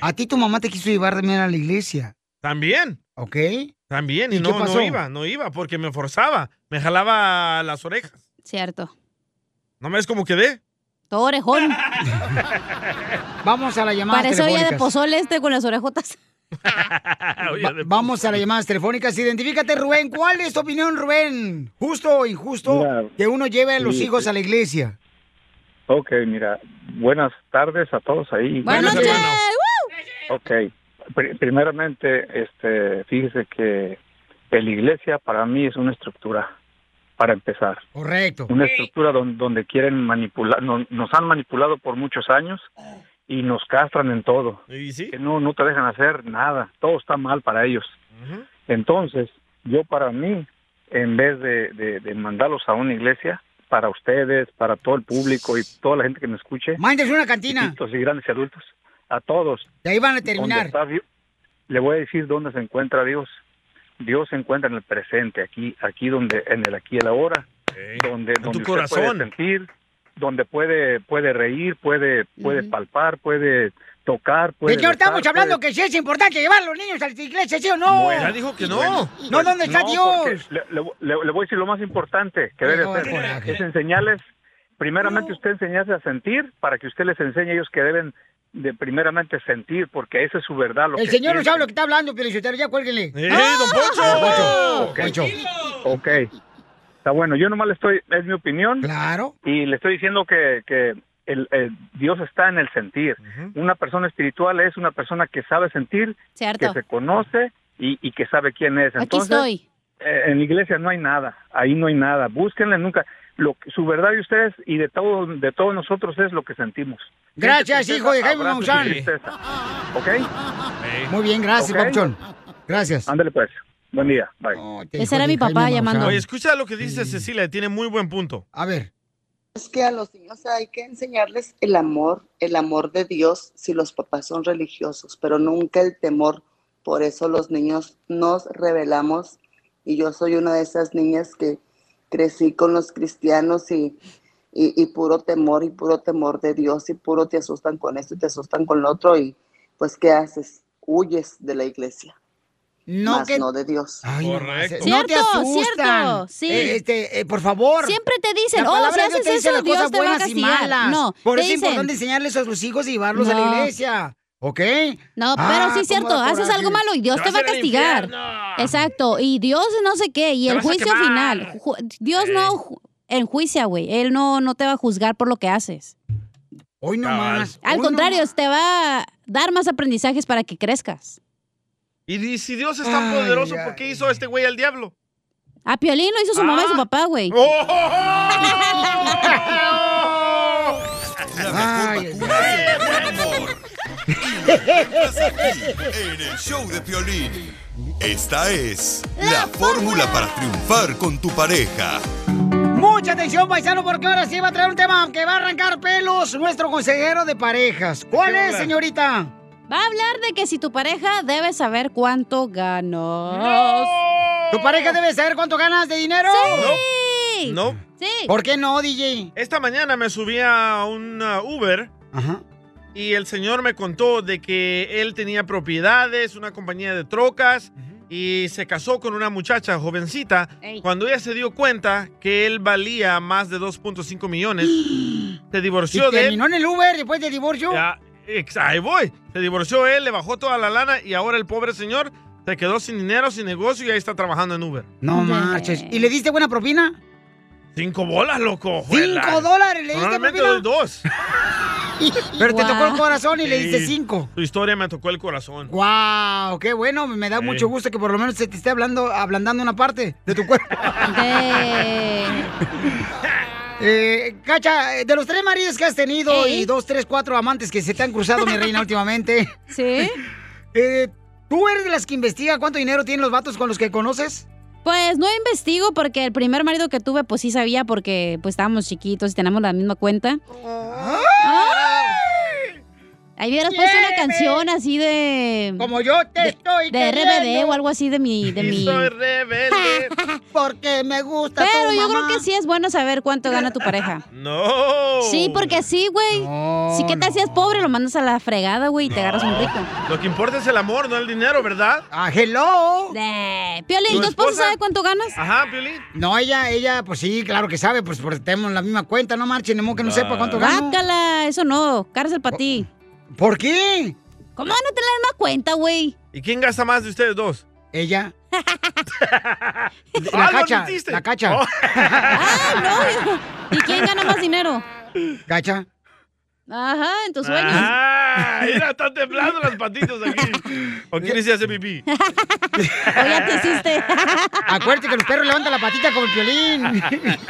S1: A ti tu mamá te quiso llevar también a la iglesia,
S13: También.
S1: ¿ok?
S13: También, y,
S1: ¿Y qué
S13: no, no [LAUGHS]
S1: pasó?
S13: iba, no iba, porque me forzaba, me jalaba las orejas.
S3: Cierto.
S13: ¿No me ves cómo quedé?
S3: Todo
S1: [LAUGHS]
S3: orejón.
S1: Vamos a la llamada.
S3: Para eso ya de pozole este con las orejotas.
S1: Vamos a las llamadas telefónicas. Identifícate, Rubén. ¿Cuál es tu opinión, Rubén? ¿Justo o injusto
S21: Mira,
S1: que uno lleve a los
S21: sí,
S1: hijos
S21: sí.
S1: a la iglesia?
S21: Ok, mira, buenas tardes a todos ahí.
S3: Buenas noches.
S21: Ok, pri- primeramente, este, fíjese que la iglesia para mí es una estructura, para empezar.
S1: Correcto.
S21: Una estructura don- donde quieren manipular, no- nos han manipulado por muchos años y nos castran en todo. Que no, no te dejan hacer nada, todo está mal para ellos. Entonces, yo para mí, en vez de, de- de mandarlos a una iglesia, para ustedes, para todo el público y toda la gente que me escuche,
S1: Mándense una cantina.
S21: Chiquitos y grandes y adultos, a todos.
S1: De ahí van a
S21: terminar. Le voy a decir dónde se encuentra Dios. Dios se encuentra en el presente, aquí, aquí donde, en el aquí y el ahora, donde, donde usted
S13: corazón.
S21: puede sentir, donde puede, puede reír, puede, puede palpar, puede tocar, puede.
S1: Señor, estamos
S21: besar,
S1: hablando
S21: puede-
S1: que sí es importante llevar a los niños a la iglesia, ¿sí o no?
S21: Bueno, bueno,
S1: no,
S21: bueno,
S1: ¿dónde está
S21: no,
S1: Dios?
S21: porque Le, le- le voy a decir lo más importante que debe
S1: no,
S21: hacer.
S1: coraje.
S21: Es enseñarles, primeramente usted enseñarse a sentir para que usted les enseñe a ellos que deben de primeramente sentir, porque esa es su verdad. Lo
S1: El
S21: que
S1: señor no
S21: sienten.
S1: sabe lo que está hablando, Pielichotero, ya cuélguenle.
S21: ¡Eh, don Poncho!
S1: Don
S21: Ok.
S1: ¡Ah! Poncho!
S21: Ok. Está bueno. Yo nomás le estoy, es mi opinión.
S1: Claro.
S21: Y le estoy diciendo que, que el, el Dios está en el sentir. Una persona espiritual es una persona que sabe sentir,
S3: Cierto.
S21: que se conoce y, y que sabe quién es.
S3: Aquí
S21: Entonces,
S3: estoy.
S21: eh, en la iglesia no hay nada. Ahí no hay nada. Búsquenle nunca. Lo, que- su verdad de ustedes y de todo, de todos nosotros es lo que sentimos.
S1: Gracias,
S21: Siente
S1: hijo de Jaime
S21: abrazo y
S1: Maussan.
S21: tristeza. ¿Ok?
S1: Muy bien, gracias,
S21: Ok.
S1: Papuchón. Gracias.
S21: Ándale pues. Buen día. Bye.
S3: Ese era mi papá llamando.
S13: Oye, escucha lo que dice Cecilia, tiene muy buen punto.
S1: A ver.
S22: Es que a los niños hay que enseñarles el amor, el amor de Dios si los papás son religiosos, pero nunca el temor. Por eso los niños nos rebelamos y yo soy una de esas niñas que crecí con los cristianos y, y- y puro temor y puro temor de Dios y puro te asustan con esto y te asustan con lo otro y pues ¿qué haces? Huyes de la iglesia.
S1: No,
S22: más
S1: que-
S22: no de Dios.
S1: Correcto. [LAUGHS] No te asustan.
S3: cierto, sí.
S1: Eh, este, eh, por favor.
S3: Siempre te dicen,
S1: La
S3: "Oh,
S1: palabra
S3: si
S1: de Dios te
S3: haces
S1: dice
S3: eso,
S1: las
S3: Dios
S1: cosas
S3: te va a
S1: buenas y
S3: castigar".
S1: malas.
S3: No,
S1: Por
S3: te
S1: eso es
S3: dicen-
S1: importante enseñarles a los hijos y llevarlos a
S3: No.
S1: la iglesia. ¿Ok?
S3: No,
S1: Ah,
S3: pero sí es cierto, haces algo malo y Dios te, va a castigar. Exacto, y Dios no sé qué, y
S1: Te
S3: el
S1: vas a
S3: juicio
S1: quemar.
S3: final. Ju- Dios no ju- enjuicia, güey. Él no, no te va a juzgar por lo que haces.
S1: Hoy no más.
S3: Al contrario, te va a dar más aprendizajes para que crezcas.
S13: Y di- si Dios es tan
S3: Ay,
S13: poderoso,
S3: ay.
S13: ¿por qué hizo a este güey al diablo?
S3: A Ah, Piolín lo hizo su mamá y
S1: Ah.
S3: su papá, güey.
S1: Oh,
S6: En el show de Piolín. Esta es la fórmula para triunfar con tu pareja.
S1: Mucha atención, paisano, porque ahora sí va a traer un tema que va a arrancar pelos nuestro consejero de parejas. ¿Cuál
S3: ¿Qué
S1: es,
S3: onda? [LAUGHS]
S1: señorita?
S3: Va a hablar de que si tu pareja debe saber cuánto ganas.
S1: ¿Tu pareja debe saber cuánto ganas de dinero?
S3: Sí.
S13: No.
S3: Sí.
S1: ¿Por qué no, DJ?
S13: Esta mañana me subí a un uh, Uber y el señor me contó de que él tenía propiedades, una compañía de trocas y se casó con una muchacha jovencita.
S3: Ey.
S13: Cuando ella se dio cuenta que él valía más de
S1: [GASPS]
S13: 2.5 millones, se divorció
S1: ¿Y
S13: de él.
S1: terminó en el Uber después del divorcio?
S13: Ya, ex- ahí voy. Se divorció él, le bajó toda la lana y ahora el pobre señor se quedó sin dinero, sin negocio y ahí está trabajando en Uber.
S1: No marches. ¿Y le diste buena propina?
S13: Cinco bolas, loco.
S1: ¿Cinco dólares le diste
S13: Normalmente
S1: propina?
S13: doy dos.
S1: Pero te tocó el corazón y le diste
S13: Sí,
S1: cinco.
S13: Tu historia me tocó el corazón.
S1: ¡Wow! ¡Qué bueno! Me da
S13: Sí.
S1: mucho gusto que por lo menos se te esté hablando, ablandando una parte de tu cuerpo. Eh, Cacha, eh, de los tres maridos que has tenido
S3: Ey.
S1: y dos, tres, cuatro amantes que se te han cruzado,
S3: [LAUGHS]
S1: mi reina, últimamente. Eh,
S3: Sí.
S1: ¿Tú eres de las que investiga cuánto dinero tienen los vatos con los que conoces?
S3: Pues no investigo porque el primer marido que tuve pues sí sabía porque pues estábamos chiquitos y tenemos la misma cuenta. ¡Ay! Ahí hubieras puesto una
S1: Quiéreme.
S3: canción así de...
S1: Como yo te estoy
S3: De
S1: queriendo.
S3: RBD o algo así de mi... De mi... [LAUGHS]
S13: rebelde.
S1: Porque me gusta
S3: Pero
S1: tu
S3: yo
S1: mamá.
S3: creo que sí es bueno saber cuánto gana tu pareja.
S13: No.
S3: Sí, porque sí, güey. si que te hacías pobre, lo mandas a la fregada, güey, y te agarras un rico.
S13: Lo que importa es el amor, no el dinero, ¿verdad?
S1: Ah, hello.
S3: Eh, Piolín, ¿tu esposa sabe cuánto ganas?
S13: Ajá, Piolín.
S1: No, ella, ella, pues sí, claro que sabe, pues porque tenemos la misma cuenta, no marchen, ni modo que no sepa cuánto gano. Oh.
S3: Bácala, eso no, cárcel para ti.
S1: ¿Por qué?
S3: ¿Cómo no te la das cuenta, güey?
S13: ¿Y quién gasta más de ustedes dos?
S1: Ella.
S13: Ah,
S1: La
S13: lo
S1: cacha,
S13: admitiste.
S1: la cacha.
S13: Oh.
S3: ¡Ah, no, hijo! ¿Y quién gana más dinero?
S1: Cacha.
S3: Ajá, en tus sueños.
S13: Ah, mira, están temblando las patitas aquí. ¿O quién se hace pipí?
S3: ya te hiciste.
S1: Acuérdate que los perros levantan la patita como el piolín.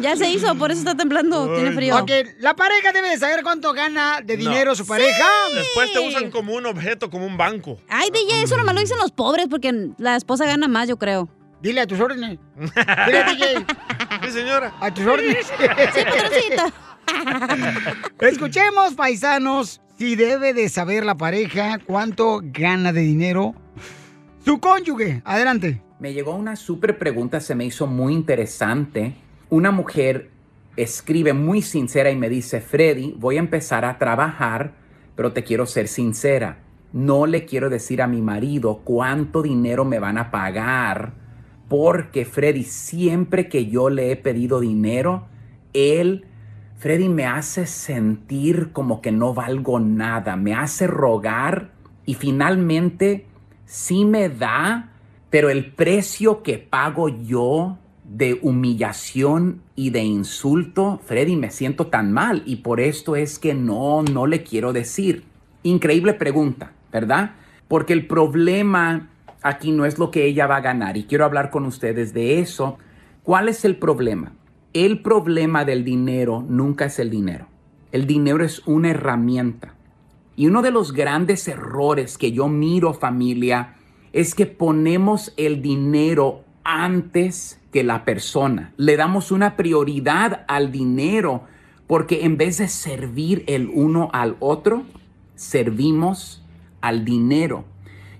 S3: ya se hizo, por eso está temblando, tiene frío.
S1: Ok, la pareja debe de saber cuánto gana de dinero
S13: No.
S1: su pareja.
S13: Después te usan como un objeto, como un banco.
S3: Ay, DJ, eso nomás lo dicen los pobres porque la esposa gana más, yo creo.
S1: Dile a tus órdenes. Dile, DJ.
S13: Sí, señora.
S1: A tus órdenes.
S3: Sí, patroncita.
S1: Escuchemos, paisanos, si debe de saber la pareja cuánto gana de dinero su cónyuge. Adelante.
S23: Me llegó una súper pregunta, se me hizo muy interesante. Una mujer escribe muy sincera y me dice, Freddy, voy a empezar a trabajar, pero te quiero ser sincera. No le quiero decir a mi marido cuánto dinero me van a pagar, porque Freddy, siempre que yo le he pedido dinero, él, Freddy, me hace sentir como que no valgo nada, me hace rogar y finalmente sí me da, pero el precio que pago yo de humillación y de insulto, Freddy, me siento tan mal y por esto es que no, no le quiero decir. Increíble pregunta, ¿verdad? Porque el problema aquí no es lo que ella va a ganar y quiero hablar con ustedes de eso. ¿Cuál es el problema? El problema del dinero nunca es el dinero. El dinero es una herramienta. Y uno de los grandes errores que yo miro familia es que ponemos el dinero antes que la persona. Le damos una prioridad al dinero porque en vez de servir el uno al otro, servimos al dinero.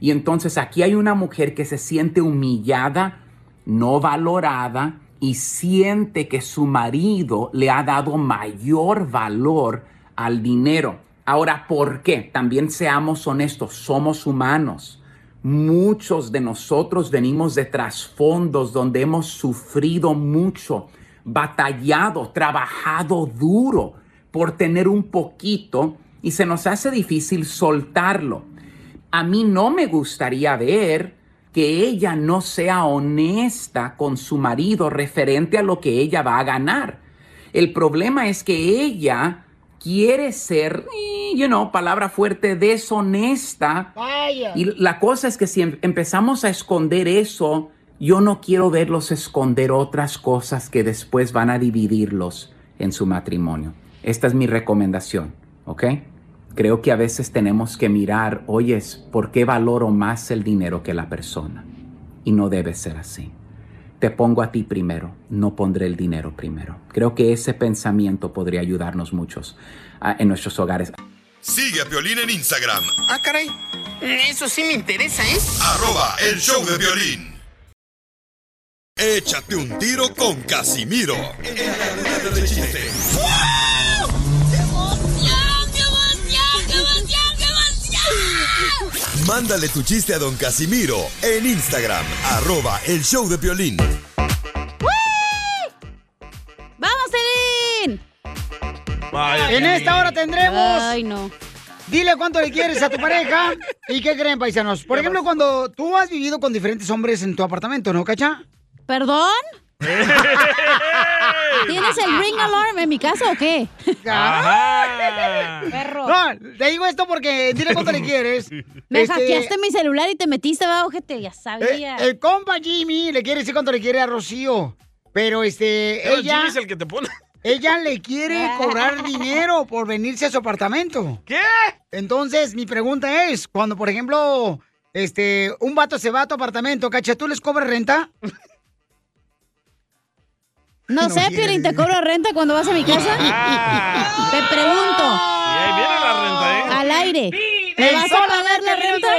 S23: Y entonces aquí hay una mujer que se siente humillada, no valorada y siente que su marido le ha dado mayor valor al dinero. Ahora, ¿por qué? También seamos honestos, somos humanos. Muchos de nosotros venimos de trasfondos donde hemos sufrido mucho, batallado, trabajado duro por tener un poquito y se nos hace difícil soltarlo. A mí no me gustaría ver que ella no sea honesta con su marido referente a lo que ella va a ganar. El problema es que ella quiere ser, eh, you know, palabra fuerte, deshonesta. Y la cosa es que si em- empezamos a esconder eso, yo no quiero verlos esconder otras cosas que después van a dividirlos en su matrimonio. Esta es mi recomendación, ¿ok? Creo que a veces tenemos que mirar, oyes, ¿por qué valoro más el dinero que la persona? Y no debe ser así. Te pongo a ti primero, no pondré el dinero primero. Creo que ese pensamiento podría ayudarnos muchos ah, en nuestros hogares.
S6: Sigue a Piolín en Instagram,
S17: Ah, caray. Eso sí me interesa, ¿eh? ¿es?
S6: arroba el show de violín. Échate un tiro con Casimiro. Mándale tu chiste a don Casimiro en Instagram, arroba el show de violín.
S3: ¡Vamos, Elin!
S1: en esta hora tendremos.
S3: Ay, no. Este
S1: Dile cuánto le quieres a tu pareja y qué creen, paisanos. Por ejemplo, cuando tú has vivido con diferentes hombres en tu apartamento, ¿no, cacha? [LAUGHS]
S3: ¿Perdón? ¿Tienes el ring alarm en mi casa o qué? Perro.
S1: No, te digo esto porque dile cuánto le quieres.
S3: Me
S1: Este,
S3: hackeaste mi celular y te metiste, va, ojete, ya
S1: eh,
S3: sabía.
S1: el compa Jimmy le quiere decir cuánto le quiere a Rocío. Pero este.
S13: Pero
S1: ella,
S13: Jimmy es el que te pone.
S1: Ella le quiere
S3: Ah.
S1: cobrar dinero por venirse a su apartamento. ¿Qué? Entonces, mi pregunta es, cuando, por ejemplo, este, un vato se va a tu apartamento, ¿cacha? ¿Tú les cobras renta?
S3: no,
S1: no
S3: sé,
S1: quiere.
S3: Piolín, ¿te cobro renta cuando vas a mi casa?
S1: Ah.
S3: Te pregunto.
S13: Y ahí viene la renta, ¿eh?
S3: Al aire. ¿Me
S1: ¡En
S3: vas a pagar la
S1: solamente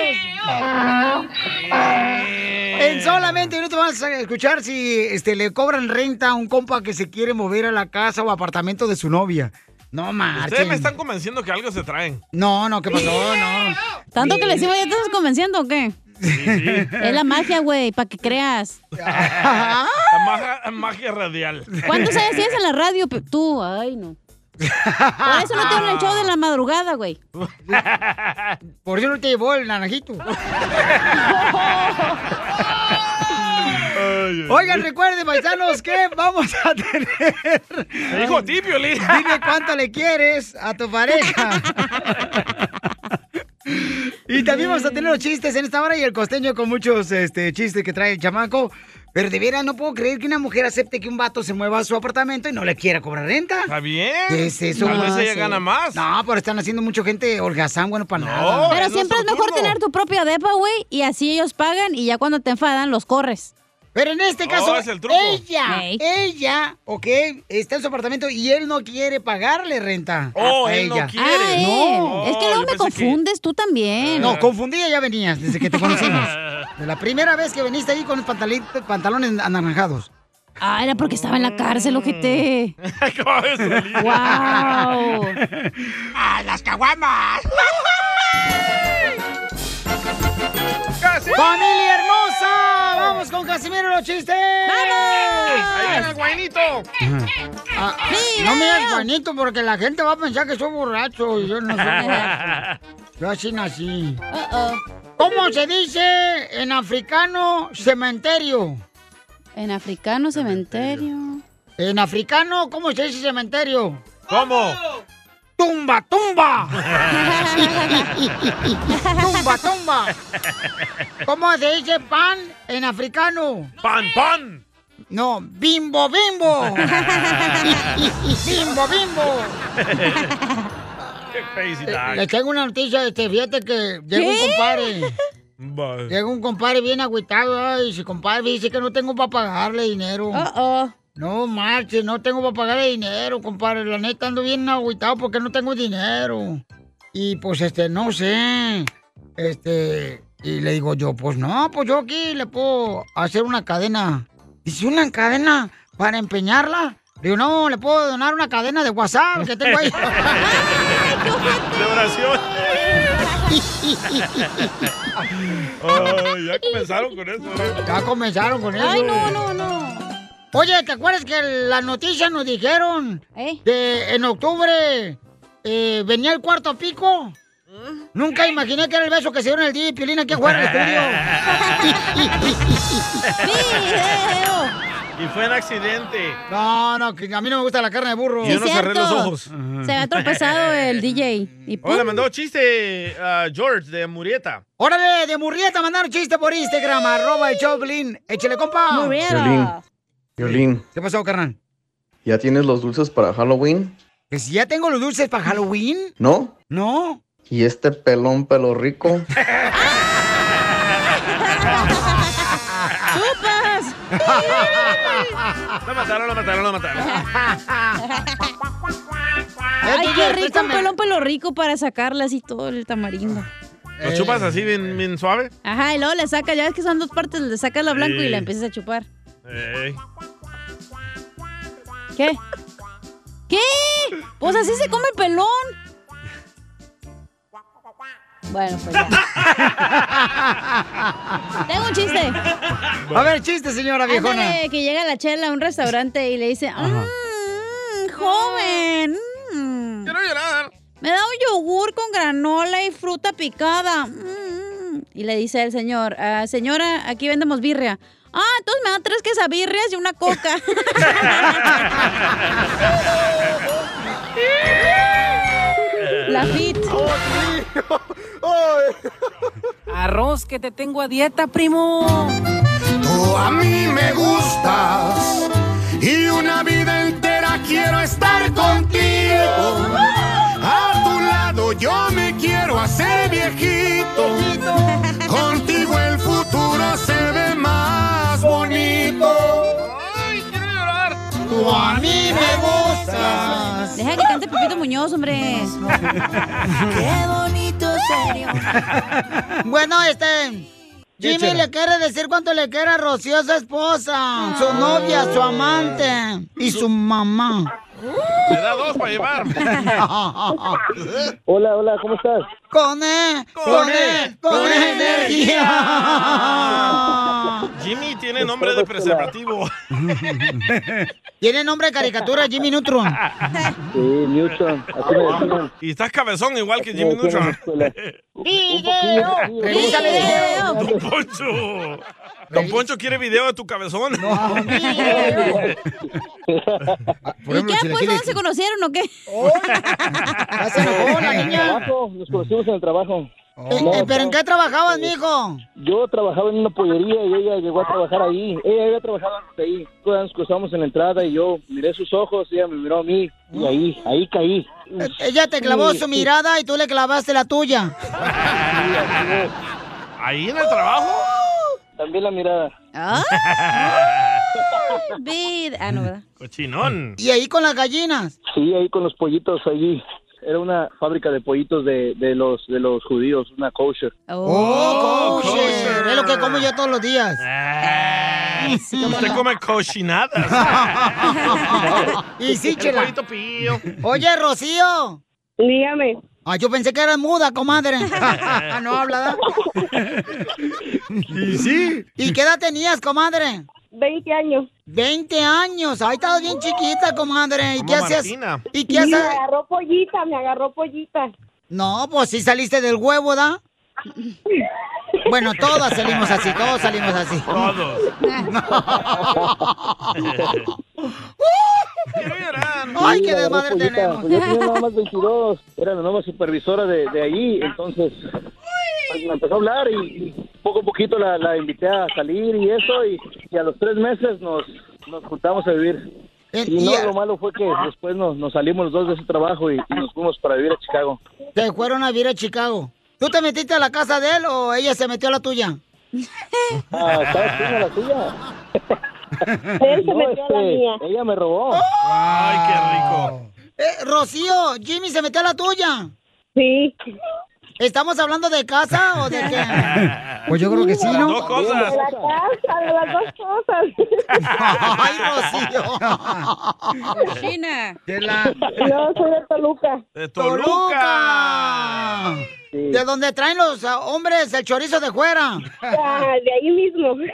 S3: renta?
S1: Eh, En solamente no te vas a escuchar si este, le cobran renta a un compa que se quiere mover a la casa o apartamento de su novia. No
S13: Ustedes me
S1: marchen.
S13: están convenciendo que algo se traen.
S1: No, no, ¿qué pasó? No.
S3: ¿Tanto que les iba ya te estás convenciendo o qué? Es la magia, güey, para que creas.
S13: [LAUGHS] La magia, magia radial.
S3: ¿Cuántos años tienes en la radio pe- tú? Ay, no. Por eso no te hablan el show de la madrugada, güey.
S1: Por eso no te llevó el naranjito. Oigan, recuerden, paisanos, que vamos a tener.
S13: Te dijo a ti, Piolín.
S1: Dime cuánto le quieres a tu
S13: [LAUGHS]
S1: pareja. Y también vamos a tener los chistes en esta hora y el costeño con muchos este, chistes que trae el chamaco. Pero de veras no puedo creer que una mujer acepte que un vato se mueva a su apartamento y no le quiera cobrar renta.
S13: Está bien.
S1: ¿Qué es eso?
S13: ¿Eh? Tal vez ella gana más.
S1: No, pero están haciendo mucha gente holgazán, bueno, para nada.
S3: Pero siempre es mejor tener tu propia depa, güey, y así ellos pagan y ya cuando te enfadan los corres.
S1: Pero en este
S13: Oh,
S1: caso,
S13: es el truco.
S1: ella, [LAUGHS] ella, ok, está en su apartamento y él no quiere pagarle renta.
S13: Oh,
S1: a
S13: él no
S1: ella.
S13: quiere. Ah, él.
S1: No.
S3: Es que luego me confundes tú también.
S1: No, confundida ya venías desde que te conocimos. De la primera vez que viniste ahí con los pantali- pantalones anaranjados.
S3: Ah, era porque estaba en la cárcel, ojete. ¡Wow!
S13: ¡Ah,
S10: ¡A las caguamas!
S1: ¡Familia hermosa! ¡Vamos con Casimiro los chistes!
S10: ¡Vamos!
S1: ¡Vamos!
S10: Ahí viene el
S1: guainito! Ah, no me digas guainito porque la gente va a pensar que soy borracho y yo
S10: [LAUGHS]
S1: no soy borracho. Yo así nací. ¿Cómo se dice en africano cementerio?
S3: En africano cementerio.
S1: En africano, ¿cómo se dice cementerio? ¿Cómo? ¡Tumba, tumba! ¡Tumba, tumba! ¿Cómo se dice pan en africano? ¡Pan, pan! No, bimbo, [LAUGHS] bimbo. bimbo, bimbo.
S13: Qué crazy
S1: Les
S13: dog.
S1: tengo una noticia, este, fíjate que llega un
S13: ¿Qué?
S1: compadre.
S13: Bye.
S1: Llega un compadre bien agüitado ay, y su compadre dice que no tengo para pagarle dinero. No marches, no tengo para pagarle dinero, compadre. La neta ando bien agüitado porque no tengo dinero. Y pues este, no sé. Este, y le digo yo, pues no, pues yo aquí le puedo hacer una cadena. Dice, ¿una cadena para empeñarla? Le digo, no, le puedo donar una cadena de WhatsApp que tengo ahí.
S13: De oración. Ay, ya comenzaron con eso. ¿eh?
S1: Ya comenzaron con eso.
S13: Ay, no,
S3: no.
S1: Oye, ¿te acuerdas que las noticias nos dijeron
S3: ¿Eh?
S1: que en octubre eh, venía el cuarto pico? Nunca imaginé que era el beso que se dieron el día y Piolín aquí afuera del
S3: [LAUGHS]
S1: estudio.
S13: Y fue en accidente.
S1: no, no, que a mí no me gusta la carne de burro.
S13: Yo no cerré los ojos.
S3: Se ha
S13: [LAUGHS]
S3: tropezado el DJ. Y
S13: Hola,
S3: ¡pum!
S13: mandó chiste a George de Murieta.
S1: Órale, de Murrieta mandaron chiste por Instagram, arroba el Choplin. Échale, compa.
S5: Violín. Violín.
S1: ¿Qué pasó, carnal?
S5: ¿Ya tienes los dulces para Halloween?
S1: Que si ya tengo los dulces para Halloween.
S5: ¿No?
S1: No.
S5: ¿Y este pelón pelo rico?
S10: ¡Chupas!
S13: La mataron, la mataron, la mataron.
S1: [LAUGHS]
S3: Ay,
S1: DJ,
S3: qué rico, un
S1: préstame.
S3: pelón pelo rico para sacarle así todo el tamarindo.
S13: ¿Lo chupas así bien, bien suave?
S3: Ajá, y luego le saca, ya ves que son dos partes, le sacas la blanco y la
S13: Sí.
S3: empiezas a chupar.
S13: Ey.
S3: ¿Qué? ¿Qué? Pues así se come el pelón. Bueno, pues ya. Tengo un chiste.
S1: A ver, chiste, señora viejona.
S3: Ándale, que llega la chela a un restaurante y le dice, "Mm, joven. Quiero llorar. Me da un yogur con granola y fruta picada. Mm". Y le dice el señor, "Ah, señora, aquí vendemos birria. Ah, entonces me da tres quesabirrias y una coca.
S23: [LAUGHS]
S10: La [LAUGHS] fit.
S7: Arroz que te tengo a dieta, primo.
S10: Tú a mí me gustas y una vida entera quiero estar contigo. A tu lado yo me quiero hacer viejito. Contigo el futuro se ve más bonito. Ay, quiero llorar. Tú a mí me gustas.
S3: Deja que cante Pepito Muñoz, hombre.
S10: [LAUGHS] Qué bonito serio.
S1: [LAUGHS] Bueno, este. Jimmy
S10: Échala.
S1: le quiere decir cuánto le quiere a Rocío, su esposa, su novia, su amante y su mamá.
S13: Me da dos
S1: [LAUGHS]
S13: para llevar.
S12: [LAUGHS] Hola, hola, ¿cómo estás?
S1: Con E, con E, con E energía.
S13: [LAUGHS] Jimmy tiene nombre de preservativo.
S1: [LAUGHS] Tiene nombre de caricatura Jimmy
S13: [LAUGHS]
S1: Neutron.
S12: Sí, Newton, así me decían.
S13: Y estás cabezón igual que
S12: Así
S13: Jimmy
S12: me decían en la
S13: Neutron.
S12: escuela.
S1: Video,
S13: Pregúntale,
S1: video.
S13: Don Poncho. Don Poncho quiere video de tu cabezón. [LAUGHS]
S3: ¿Y qué? Pues, ¿dónde se conocieron o qué?
S12: [LAUGHS] En el trabajo, Nos conocimos en el trabajo. No,
S1: Eh, ¿Pero en
S12: no.
S1: qué trabajabas, mijo?
S12: Yo trabajaba en una pollería y ella llegó a trabajar ahí. Ella había trabajado antes ahí. Todas nos cruzamos en la entrada y yo miré sus ojos, ella me miró a mí y ahí, ahí caí.
S1: Ella te clavó su mirada y tú le clavaste la tuya.
S13: ¿Ahí en el trabajo? Ah,
S12: También la mirada.
S10: [LAUGHS]
S3: Vid- Ah, no, ¿verdad?
S13: Cochinón.
S1: ¿Y ahí con las gallinas?
S12: Sí, ahí con los pollitos allí. Era una fábrica de pollitos de, de los de los judíos, una kosher.
S1: ¡Oh, kosher! Es lo que como yo todos los días.
S13: Ah,
S1: [LAUGHS]
S13: Usted come cochinadas.
S1: y sí,
S13: El
S1: chela.
S13: pollito pío.
S1: Oye, Rocío. Dígame. Ah, yo pensé que eras muda,
S13: [LAUGHS]
S1: comadre. [LAUGHS] no habla, ¿verdad?
S13: Y sí.
S1: ¿Y qué edad tenías, comadre? 20 años. 20 años. Ahí estabas bien chiquita, comadre. ¿Y
S13: Como
S1: qué hacías?
S13: Martina.
S1: ¿Y qué hacías?
S13: Me
S1: agarró pollita, me agarró pollita. No, pues sí saliste del huevo, ¿da? Bueno, todas salimos así, todos salimos así. [LAUGHS]
S13: Todos.
S1: Ay,
S12: Sí,
S1: qué
S12: la verdad,
S1: desmadre
S12: pollita,
S1: tenemos.
S12: pues yo tenía nada más 22. Era la nueva supervisora de, de ahí, entonces pues, me empezó a hablar y poco a poquito la, la invité a salir y eso, y, y a los tres meses nos, nos juntamos a vivir. Y no, lo malo fue que después nos, nos salimos los dos de ese trabajo y, y nos fuimos para vivir a Chicago.
S1: Te fueron a vivir a Chicago. ¿Tú te metiste a la casa de él o ella se metió a la tuya?
S12: Ah, ¿Estaba haciendo la tuya?
S1: Él se metió a la mía.
S12: este, Ella me robó.
S1: ¡Oh!
S13: ¡Ay,
S1: Eh, Rocío, Jimmy se metió a la tuya. Sí. ¿Estamos hablando de casa o de qué? Pues yo creo que sí, ¿no?
S10: Dos cosas.
S1: De la casa, de las dos cosas. [LAUGHS] Ay, Rocío.
S3: China.
S1: Yo soy de Toluca.
S13: ¡De
S1: Toluca! De donde traen los ah, hombres el chorizo de fuera.
S2: Ah,
S1: de ahí mismo. [LAUGHS]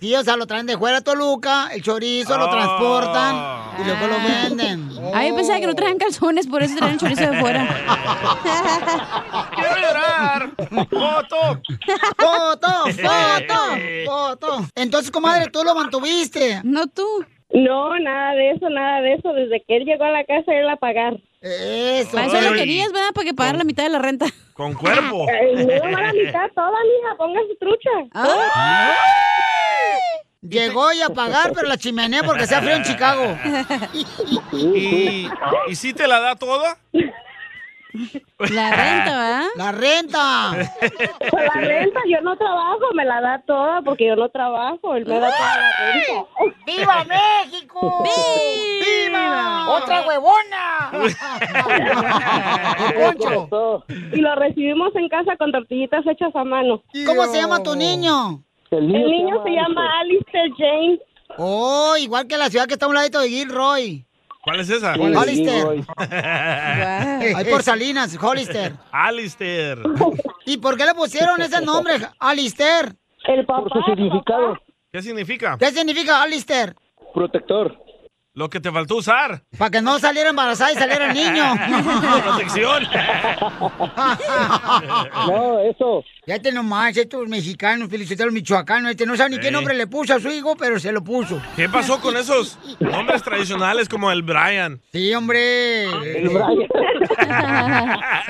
S1: Sí, o sea, lo traen de fuera a Toluca, el chorizo lo transportan y luego lo venden.
S3: Oh. Ah. Ay, yo pensaba que no traían calzones, por eso traían chorizo de
S1: [LAUGHS]
S3: fuera.
S13: ¡Quiero llorar! ¡Foto!
S1: ¡Foto! ¡Foto! ¡Foto! Entonces, comadre, tú lo mantuviste. No tú.
S2: No, nada de eso, nada de eso. Desde que él llegó a la casa, él a pagar.
S1: Eso.
S3: Para eso lo querías, ¿verdad? Para que pagar la mitad de la renta.
S13: Con cuerpo.
S3: Eh,
S2: Ay, no, no, la
S13: [LAUGHS]
S2: mitad toda, mija. Póngase trucha.
S3: Ah,
S1: Llegó y a pagar, pero la chimenea porque se ha frío en Chicago.
S13: ¿Y, ¿Y si te la da toda?
S1: La
S13: [LAUGHS]
S1: renta, ¿verdad? La renta.
S2: Con la renta yo no trabajo, me la da toda porque yo no trabajo. Él me da toda la renta.
S1: ¡Viva México! ¡Viva! ¡Otra
S2: Ah,
S1: huevona!
S2: Y lo recibimos en casa con tortillitas hechas a mano.
S1: ¿Cómo se llama tu niño?
S2: Oh. El niño, se llama Alistair James.
S1: Oh, igual que la ciudad que está a un ladito de Gilroy.
S13: ¿Cuál es esa?
S1: ¿Cuál es? Hollister. Ahí
S13: Ahí
S1: por Salinas, Hollister.
S13: Alistair.
S1: ¿Y por qué le pusieron ese nombre, Alistair? El
S12: Su significado,
S13: ¿Qué significa?
S1: ¿Qué significa Alistair?
S12: protector.
S13: Lo que te faltó usar.
S1: Para que no saliera embarazada y saliera el niño.
S13: [LAUGHS] Protección.
S1: No, eso. Ya te nomás, este estos mexicanos, felicitaron michoacanos, este no sabe ni qué
S13: Sí.
S1: nombre le puso a su hijo, pero se lo puso.
S13: ¿Qué pasó con esos nombres tradicionales como el Brian?
S1: Sí, hombre. El